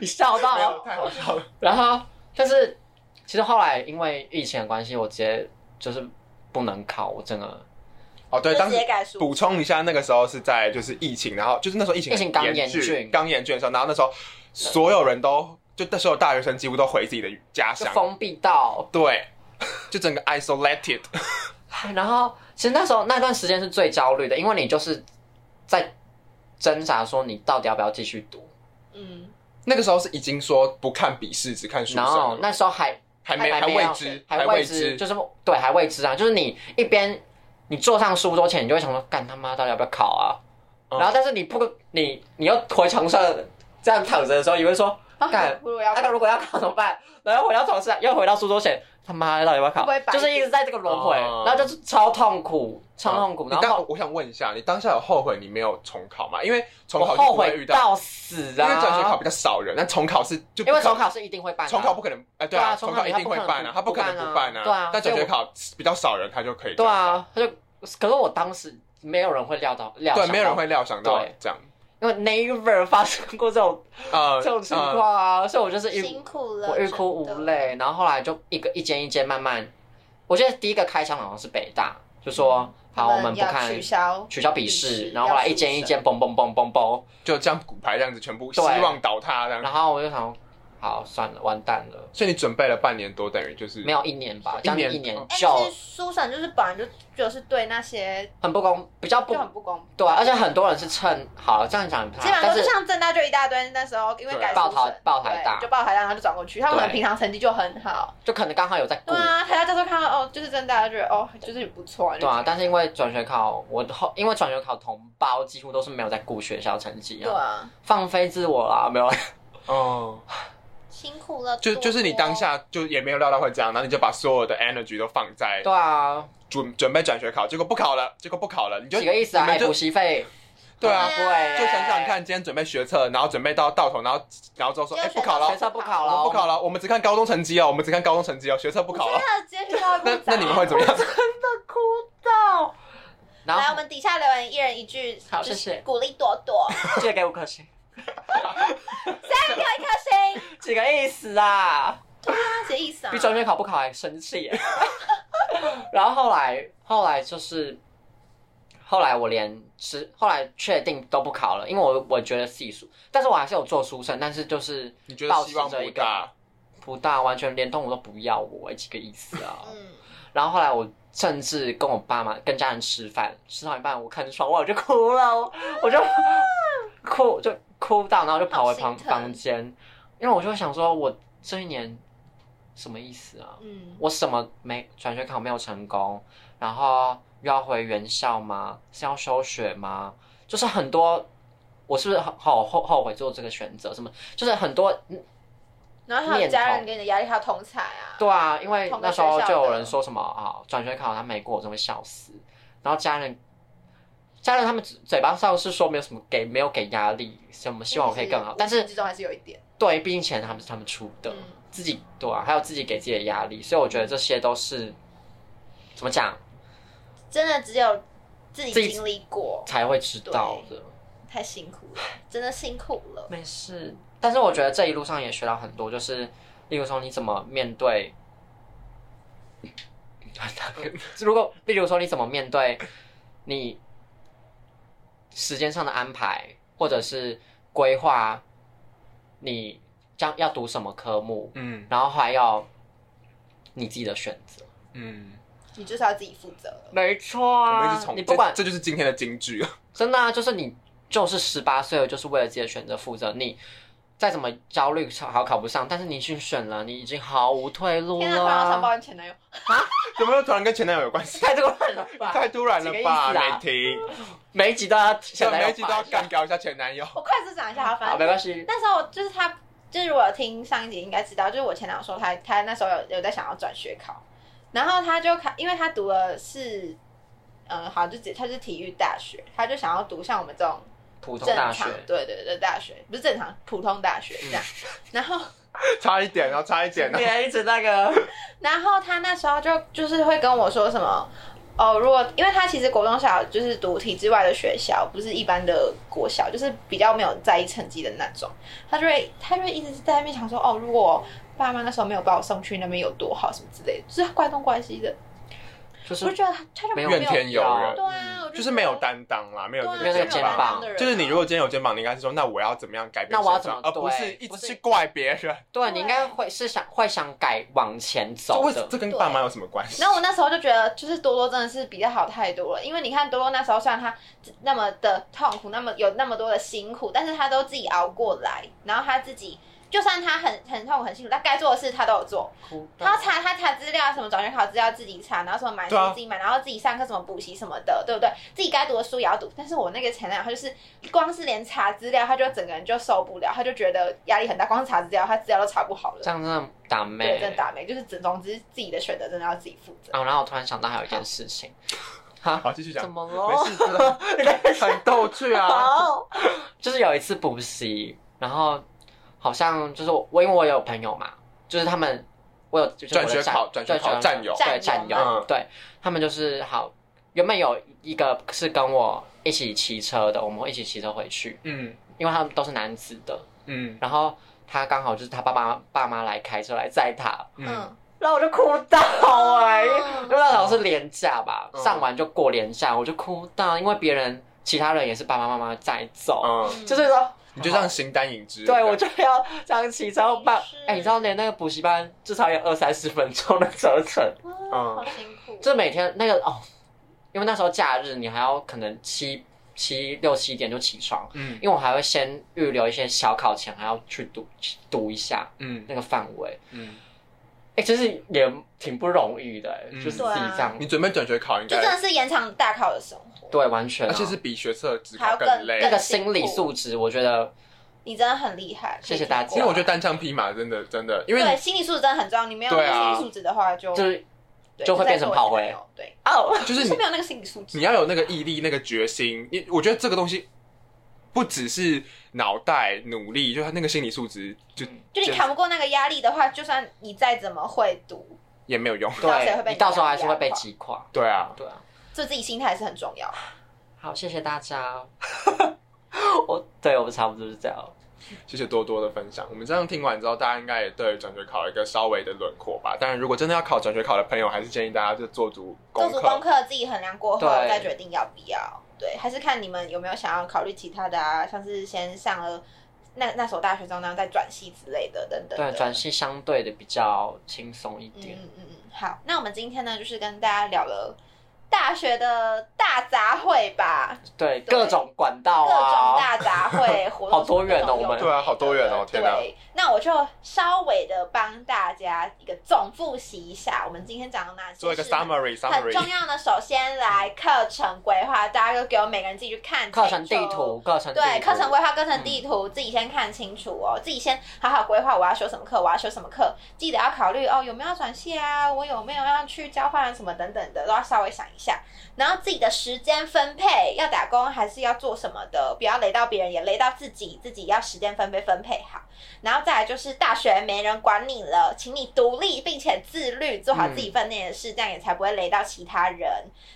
Speaker 3: 你笑到
Speaker 1: 没
Speaker 2: 啊
Speaker 1: 有，太好笑了。
Speaker 3: 然后，但是其实后来因为疫情的关系，我直接就是不能考，我真的
Speaker 1: 哦，对，
Speaker 2: 就
Speaker 1: 当
Speaker 2: 直
Speaker 1: 时
Speaker 2: 接改书，
Speaker 1: 补充一下，那个时候是在就是疫情，然后就是那时候疫情
Speaker 3: 疫情刚严
Speaker 1: 峻
Speaker 3: 峻，
Speaker 1: 刚严峻的时候，然后那时候所有人都就那时候大学生几乎都回自己的家
Speaker 3: 就
Speaker 1: 乡，
Speaker 3: 封闭到
Speaker 1: 对， 就整个 isolated，
Speaker 3: 然后其实那时候那段时间是最焦虑的，因为你就是在挣扎说你到底要不要继续读，
Speaker 2: 嗯，
Speaker 1: 那个时候是已经说不看笔试，只看书
Speaker 3: 然后
Speaker 1: 生，
Speaker 3: 那时候还
Speaker 1: 还没
Speaker 3: 还
Speaker 1: 还
Speaker 3: 没有
Speaker 1: 未知，
Speaker 3: 还
Speaker 1: 未
Speaker 3: 知，
Speaker 1: 知，
Speaker 3: 就是对还未知啊，就是你一边你坐上书桌前，你就会想说干他妈到底要不要考啊？
Speaker 1: 嗯
Speaker 3: 然后但是你不你你又回床上这样躺着的时候，你会说干。
Speaker 2: 啊
Speaker 3: 哎
Speaker 2: 如果要
Speaker 3: 那个如果要考怎么办？然后回到床上，又回到书桌前，他妈的到底要不要考
Speaker 2: 会不会？白
Speaker 3: 就是一直在这个轮回，
Speaker 1: 哦
Speaker 3: 然后就是超痛苦，超痛苦。
Speaker 1: 嗯你
Speaker 3: 然后
Speaker 1: 当我想问一下，你当下有后悔你没有重考吗？因为重
Speaker 3: 我
Speaker 1: 考就
Speaker 3: 后
Speaker 1: 不会
Speaker 3: 悔
Speaker 1: 遇到，
Speaker 3: 到死
Speaker 1: 因
Speaker 3: 啊！
Speaker 1: 为转学考比较少人，但重考是就不
Speaker 3: 因为
Speaker 1: 可
Speaker 3: 重考是一定会办、啊，
Speaker 1: 重考不可能，哎，对
Speaker 3: 对啊
Speaker 1: 啊，
Speaker 3: 重
Speaker 1: 重
Speaker 3: 考
Speaker 1: 考一定会办啊，
Speaker 3: 他
Speaker 1: 他
Speaker 3: 不
Speaker 1: 不
Speaker 3: 可
Speaker 1: 可
Speaker 3: 能
Speaker 1: 能不办
Speaker 3: 不办啊对啊
Speaker 1: 但
Speaker 3: 所以
Speaker 1: 转
Speaker 3: 我
Speaker 1: 学考比较少人，他就可以。
Speaker 3: 对，啊，他就可是我当时没有人会料到，料
Speaker 1: 对，
Speaker 3: 想到
Speaker 1: 没有人，会料想到
Speaker 3: 对
Speaker 1: 这样。
Speaker 3: 因为 never 发生过这种
Speaker 1: 呃
Speaker 3: 这种情
Speaker 1: 呃
Speaker 3: 况啊，所以我就是一
Speaker 2: 辛苦了，
Speaker 3: 我欲哭
Speaker 2: 真
Speaker 3: 无
Speaker 2: 的，
Speaker 3: 泪，然后后来就一个一间一间慢慢，我记得第一个开枪好像是北大，就说
Speaker 1: 嗯
Speaker 3: 好我们不
Speaker 2: 要
Speaker 3: 看
Speaker 2: 取消，
Speaker 3: 取消笔
Speaker 2: 笔
Speaker 3: 试，
Speaker 2: 试
Speaker 3: 然后后来
Speaker 2: 要
Speaker 3: 一间
Speaker 2: 复
Speaker 3: 一
Speaker 2: 审
Speaker 3: 间嘣嘣嘣嘣嘣，
Speaker 1: 就这样骨牌这样子，全部希
Speaker 3: 对
Speaker 1: 望倒塌这
Speaker 3: 然
Speaker 1: 样。
Speaker 3: 后我就想说好算了，完蛋了，
Speaker 1: 所以你准备了半年多，等于就是
Speaker 3: 没有一年吧，
Speaker 1: 一
Speaker 3: 将近
Speaker 1: 年
Speaker 3: 一年
Speaker 1: 哦
Speaker 2: 哎，其
Speaker 3: 就
Speaker 2: 实书审就是本来就就是对那些
Speaker 3: 很不公，比较不
Speaker 2: 就很不公平。
Speaker 3: 对啊，而且很多人是趁好了这样讲也不
Speaker 2: 基
Speaker 3: 太
Speaker 2: 本上
Speaker 3: 好，但
Speaker 2: 都
Speaker 3: 是
Speaker 2: 是像正大就一大堆，那时候因为
Speaker 1: 对
Speaker 2: 改
Speaker 3: 爆
Speaker 2: 书
Speaker 3: 台
Speaker 2: 审
Speaker 3: 爆台
Speaker 2: 对
Speaker 3: 大
Speaker 2: 就爆台大，然后就转过去。他们可能
Speaker 3: 对
Speaker 2: 平常成绩就很好，
Speaker 3: 就可能刚好有在顾
Speaker 2: 对，啊，台大教授看到哦，就是正大就觉得哦，就是也不错，
Speaker 3: 对啊。但
Speaker 2: 是
Speaker 3: 是因为转学考，我后因为转学考同胞几乎都是没有在顾学校成绩
Speaker 2: 对
Speaker 3: 啊，
Speaker 2: 啊，
Speaker 3: 放飞自我啦，没有，啊
Speaker 1: 哦，
Speaker 2: 辛苦了，
Speaker 1: 就
Speaker 2: 多
Speaker 1: 就是你
Speaker 2: 多
Speaker 1: 当下就也没有料到会这样，然后你就把所有的 energy 都放在
Speaker 3: 对啊，
Speaker 1: 准准备转学考，结果不考了，结果不考了，你就
Speaker 3: 几个意思啊？
Speaker 1: 你
Speaker 3: 哎，
Speaker 1: 们就
Speaker 3: 补习费
Speaker 1: 对啊，
Speaker 3: 很贵，
Speaker 1: 就想想，看，今天准备学测，然后准备到到头，然后然后之后说，
Speaker 2: 就
Speaker 1: 哎、
Speaker 2: 是
Speaker 1: 不考了，
Speaker 3: 学测不考
Speaker 1: 我
Speaker 3: 了，
Speaker 1: 们不考了，我们只看高中成绩哦，我们只看高中成绩哦，学测不考了。
Speaker 2: 那接续到
Speaker 1: 那 那你们会怎么样？
Speaker 3: 哭到。然
Speaker 2: 来，我
Speaker 3: 后
Speaker 2: 们底下留言，一人一句，
Speaker 3: 好
Speaker 2: 就是
Speaker 3: 谢谢
Speaker 2: 鼓励朵朵，
Speaker 3: 记得给五颗星，
Speaker 2: 三颗一颗星，
Speaker 3: 几个意思啊？
Speaker 2: 那些意思啊
Speaker 3: 比，转学考不考还生气 耶。然后后来后来就是，后来我连是后来确定都不考了，因为我我觉得系数，但是我还是有做书生，但是就是
Speaker 1: 你觉得
Speaker 3: 抱
Speaker 1: 希
Speaker 3: 持
Speaker 1: 望
Speaker 3: 着一
Speaker 1: 不
Speaker 3: 个
Speaker 1: 大？
Speaker 3: 不到，完全连动物都不要我，哎几个意思啊？
Speaker 2: 嗯，
Speaker 3: 然后后来我甚至跟我爸妈跟家人吃饭，吃到一半我看着窗外我就哭了，我 我就哭就哭到，然后就跑回
Speaker 2: 好
Speaker 3: 房
Speaker 2: 心疼
Speaker 3: 房间，因为我就想说我这一年什么意思啊？
Speaker 2: 嗯，
Speaker 3: 我什么没转学考没有成功，然后又要回原校吗？是要休学吗？就是很多，我是不是好好后后悔做这个选择？什么就是很多，嗯
Speaker 2: 然后还有
Speaker 3: 念头
Speaker 2: 家人给你的压力，还有同才啊，
Speaker 3: 对啊，因为
Speaker 2: 同个
Speaker 3: 那时
Speaker 2: 学
Speaker 3: 候
Speaker 2: 校
Speaker 3: 就有
Speaker 2: 的
Speaker 3: 人说什么啊，转学考他没过，我真会笑死。然后家人，家人他们嘴嘴巴上是说没有什么给没有给压力，什么希望我可以更好，但是
Speaker 2: 嗯这种还是有一点，
Speaker 3: 对，毕竟钱他们是他们出的，
Speaker 2: 嗯
Speaker 3: 自己对啊，还有自己给自己的压力，所以我觉得这些都是怎么讲
Speaker 2: 真的只有自己
Speaker 3: 自己
Speaker 2: 经历过，
Speaker 3: 才会知道的。
Speaker 2: 太辛苦了，真的辛苦了。
Speaker 3: 没事，但是我觉得这一路上也学到很多，就是例如说你怎么面对， 如果例如说你怎么面对你时间上的安排，或者是规划你将要读什么科目，
Speaker 1: 嗯
Speaker 3: 然后还有你自己的选择。
Speaker 1: 嗯，
Speaker 2: 你就是要自己负责了。
Speaker 3: 没错啊
Speaker 1: 我们一直从
Speaker 3: 你不管
Speaker 1: 这这就是今天的金句 了。
Speaker 3: 真的、啊、就是你就是十八岁了，就是为了自己的选择负责。你再怎么焦虑，好考不上，但是你去选了，你已经毫无退路
Speaker 2: 天哪，啊不然我想抱
Speaker 3: 了。
Speaker 2: 你前男友，
Speaker 1: 有没有突然跟前男友有关系？
Speaker 3: 太突然了 吧！
Speaker 1: 太突然了
Speaker 3: 几个意思
Speaker 1: 吧，
Speaker 3: 啊
Speaker 1: 没听，
Speaker 3: 每一集都要想来
Speaker 1: 每一集都要干掉一下前 男友。
Speaker 2: 我快速讲一下啊，反
Speaker 3: 好，
Speaker 2: 正
Speaker 3: 没关系。
Speaker 2: 那时候就是他，就是我有听上一集应该知道，就是我前男友说他他那时候有有在想要转学考，然后他就看，因为他读的是，嗯，好像就只他是体育大学，他就想要读像我们这种
Speaker 3: 普通
Speaker 2: 正
Speaker 3: 大学
Speaker 2: 常，对对对大学，不是正常普通大学这样。
Speaker 3: 嗯
Speaker 2: 然后
Speaker 1: 差一点哦，差一点哦
Speaker 3: 你。还一直那个，
Speaker 2: 然后他那时候就就是会跟我说什么。哦，如果因为他其实国中小就是读体制外的学校，不是一般的国小，就是比较没有在意成绩的那种。他就会他就会一直在那边想说，哦，如果爸妈那时候没有把我送去那边有多好，什么之类的，就是怪东怪西的。
Speaker 3: 就
Speaker 2: 我就是觉得他他就
Speaker 3: 没有
Speaker 2: 没
Speaker 1: 怨天尤人
Speaker 2: 对啊，我
Speaker 1: 就是没有担当啦，没有
Speaker 2: 对啊
Speaker 1: 那
Speaker 2: 就
Speaker 1: 个
Speaker 2: 没有
Speaker 3: 肩
Speaker 1: 肩
Speaker 2: 担
Speaker 3: 膀
Speaker 1: 膀。
Speaker 2: 当的人啊。
Speaker 1: 就是你如果今天有肩膀，你应该是说，那我要怎么样改变
Speaker 3: 那我要
Speaker 1: 现状
Speaker 3: 怎么
Speaker 1: 而不
Speaker 3: 对
Speaker 1: 是一
Speaker 3: 不
Speaker 1: 直
Speaker 3: 是
Speaker 1: 去怪别人。
Speaker 3: 对你应该会是想会想改往前
Speaker 1: 这
Speaker 3: 走
Speaker 1: 为
Speaker 3: 的，啊
Speaker 1: 这跟爸妈有什么关系？
Speaker 2: 然后我那时候就觉得，就是多多真的是比较好太多了，因为你看多多那时候虽然他那么的痛苦，那么有那么多的辛苦，但是他都自己熬过来，然后他自己。就算他很很痛苦很辛苦，他该做的事他都有做。
Speaker 3: 哭的
Speaker 2: 他查他查资料，什么转学考资料自己查，然后什么买书
Speaker 1: 对啊
Speaker 2: 自己买，然后自己上课什么补习什么的，对不对？自己该读的书也要读。但是我那个前男友，他就是光是连查资料，他就整个人就受不了，他就觉得压力很大。光是查资料，他资料都查不好了
Speaker 3: 这，样真的打妹
Speaker 2: 对，。真的打没，就是总总之自己的选择真的要自己负责。
Speaker 3: 啊，然后我突然想到还有一件事情，
Speaker 1: 好，继续讲
Speaker 3: 怎。么
Speaker 1: 没
Speaker 3: 了？
Speaker 1: 事，真的 很逗趣啊。
Speaker 3: 好，就是有一次补习，然后好像就是我，我因为我有朋友嘛，就是他们，我有就是我的
Speaker 1: 转学考
Speaker 3: 战
Speaker 1: 转学考战友
Speaker 3: 对战友，
Speaker 1: 战友嗯
Speaker 3: 对他们就是好，原本有一个是跟我一起骑车的，我们会一起骑车回去，
Speaker 1: 嗯
Speaker 3: 因为他们都是男子的，
Speaker 1: 嗯
Speaker 3: 然后他刚好就是他爸爸爸妈来开车来载他，
Speaker 1: 嗯，
Speaker 3: 然后我就哭到哎、
Speaker 2: 嗯
Speaker 3: 因为那时候是廉价吧，
Speaker 1: 啊嗯
Speaker 3: 上完就过廉价，我就哭到，因为别人其他人也是爸爸妈妈载走，
Speaker 1: 嗯，
Speaker 3: 就是说哦
Speaker 1: 你就这样形单影只。
Speaker 3: 对，我就要这样骑车半
Speaker 2: 是。
Speaker 3: 哎、你知道连那个补习班至少有二三十分钟的车程，
Speaker 2: 哇，好辛苦。
Speaker 3: 就每天那个哦，因为那时候假日你还要可能七七六七点就起床，
Speaker 1: 嗯
Speaker 3: 因为我还会先预留一些小考前还要去读读一下
Speaker 1: 嗯
Speaker 3: 那个范围。
Speaker 1: 嗯，
Speaker 3: 哎、其实也挺不容易的、哎
Speaker 1: 嗯
Speaker 3: 就是自己这样，
Speaker 1: 你准备转学考应
Speaker 2: 就真
Speaker 1: 该
Speaker 2: 的，是延长大考的生活，
Speaker 3: 对，完全、啊，
Speaker 1: 而且是比学测只
Speaker 2: 还
Speaker 1: 考
Speaker 2: 要
Speaker 1: 更
Speaker 2: 更
Speaker 1: 累
Speaker 3: 那。个心理素质，我觉得
Speaker 2: 你真的很厉害。
Speaker 3: 谢谢大家
Speaker 1: 因为我觉得单枪匹马真的真的，因为
Speaker 2: 对
Speaker 1: 你
Speaker 2: 心理素质真的很重要，你没有
Speaker 1: 对
Speaker 2: 那
Speaker 1: 啊
Speaker 2: 个心理素质的话就，
Speaker 3: 就是
Speaker 2: 对
Speaker 3: 就会变成炮灰
Speaker 2: 就在做我前男友对，
Speaker 3: 哦，
Speaker 1: 就 是
Speaker 2: 是
Speaker 1: 你
Speaker 2: 没有那个心理素质。
Speaker 1: 你要有那个毅力、那个决心。你我觉得这个东西不只是脑袋努力，就是他那个心理素质就
Speaker 2: 嗯就你扛不过那个压力的话，就算你再怎么会读，
Speaker 1: 也没有用。
Speaker 2: 到时候会被
Speaker 3: 对，你到时候还是会被
Speaker 2: 压垮
Speaker 3: 击垮，
Speaker 1: 对啊，
Speaker 3: 对啊。
Speaker 2: 就自己心态还是很重要。
Speaker 3: 好，谢谢大家。 我对我差不多是这样。
Speaker 1: 谢谢多多的分享。我们这样听完之后，大家应该也对转学考有一个稍微的轮廓吧。当然，如果真的要考转学考的朋友，还是建议大家就做足
Speaker 2: 做
Speaker 1: 功
Speaker 2: 足功
Speaker 1: 课。
Speaker 2: 课，自己衡量过后
Speaker 3: 对
Speaker 2: 再决定要不要。对，还是看你们有没有想要考虑其他的啊，像是先上了那那所大学中，然后再转系之类的等等的。
Speaker 3: 对，转系相对的比较轻松一
Speaker 2: 嗯
Speaker 3: 点。
Speaker 2: 嗯嗯，嗯好，那我们今天呢，就是跟大家聊了大学的大杂烩吧，对
Speaker 3: 对，各种管道
Speaker 2: 各种
Speaker 3: 啊，
Speaker 2: 大杂烩 活动，
Speaker 3: 好多元哦我们
Speaker 1: 对啊好多元哦天哪
Speaker 2: 对，那我就稍微的帮大家一个总复习一下，我们今天讲了哪些，
Speaker 1: 做一个 summary
Speaker 2: 很
Speaker 1: summary，
Speaker 2: 重要呢，首先来课程规划，大家就给我每个人自己去看
Speaker 3: 课程
Speaker 2: 清
Speaker 3: 地
Speaker 2: 楚
Speaker 3: 图，嗯课程地
Speaker 2: 对，
Speaker 3: 图
Speaker 2: 课程规划、课程地图、自己先看清楚哦，自己先好好规划我要修什么课，我要修什么课，记得要考虑哦，有没有要转系啊，我有没有要去交换啊，什么等等的，都要稍微想一下。然后自己的时间分配，要打工还是要做什么的，不要累到别人，也累到自己，自己要时间分配分配好。然后再来就是大学没人管你了，请你独立并且自律，做好自己分内的事，这样也才不会累到其他人。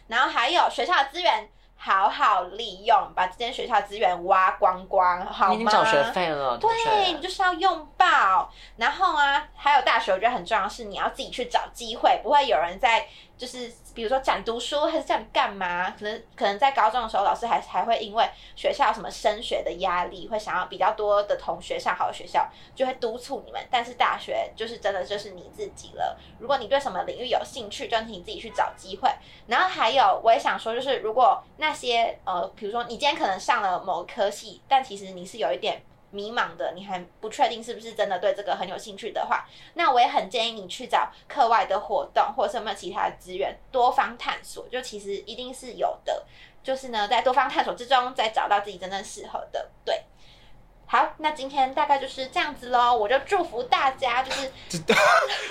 Speaker 2: 然后还有学校的资源。好好利用，把这间学校资源挖光光，好吗？
Speaker 3: 你已经缴学费了，同
Speaker 2: 对，你
Speaker 3: 学。
Speaker 2: 就是要用爆。然后啊，还有大学，我觉得很重要的是你要自己去找机会，不会有人在就是比如说讲读书还是叫你干嘛？可能可能在高中的时候，老师还还会因为学校有什么升学的压力，会想要比较多的同学上好的学校，就会督促你们。但是大学就是真的就是你自己了。如果你对什么领域有兴趣，就是你自己去找机会。然后还有，我也想说，就是如果那些呃，比如说你今天可能上了某科系，但其实你是有一点迷茫的，你还不确定是不是真的对这个很有兴趣的话，那我也很建议你去找课外的活动，或者是有没有其他的资源，多方探索，就其实一定是有的。就是呢，在多方探索之中，再找到自己真正适合的。对，好，那今天大概就是这样子喽。我就祝福大家，就是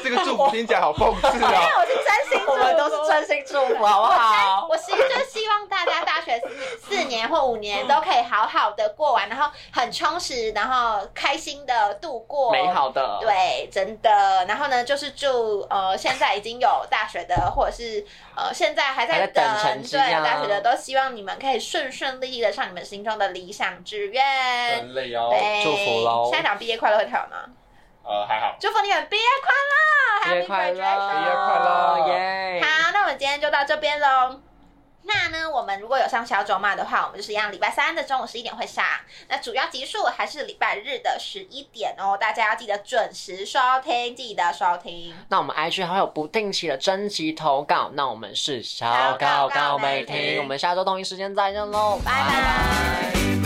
Speaker 1: 这个祝福听起来好讽 刺
Speaker 2: 因
Speaker 1: 啊
Speaker 2: 为！我是真心祝福，
Speaker 3: 我们都是真心祝福，好不好？
Speaker 2: 我希就是希望大家大学四年四年或五年都可以好好的过完，然后很充实，然后开心的度过
Speaker 3: 美。好的，，
Speaker 2: 对，真的。然后呢，就是祝呃现在已经有大学的，或者是呃现在还
Speaker 3: 还
Speaker 2: 在
Speaker 3: 在
Speaker 2: 等
Speaker 3: 等成绩
Speaker 2: 对
Speaker 3: 啊
Speaker 2: 大学的，都希望你们可以顺顺利利的上你们心中的理想志愿。
Speaker 1: 累哦
Speaker 2: 对，
Speaker 3: 祝福喽
Speaker 2: 现在讲毕业快乐会跳吗？
Speaker 1: 呃，还好，
Speaker 2: 祝福你们毕业快乐，
Speaker 3: 毕业快
Speaker 2: Happy
Speaker 3: 乐，
Speaker 2: graduation
Speaker 1: 毕业快乐
Speaker 3: 耶！
Speaker 2: 好，那我们今天就到这边喽。那呢，我们如果有上小周嘛的话，我们就是一样，礼拜三的中午十一点会上。那主要集数还是礼拜日的十一点哦，大家要记得准时收听，记得收听。
Speaker 3: 那我们 IG 还有不定期的征集投稿，那我们是小高高美
Speaker 2: 小高高美
Speaker 3: 婷，
Speaker 1: 婷
Speaker 3: 我们下周同一时间再见喽，
Speaker 2: 拜拜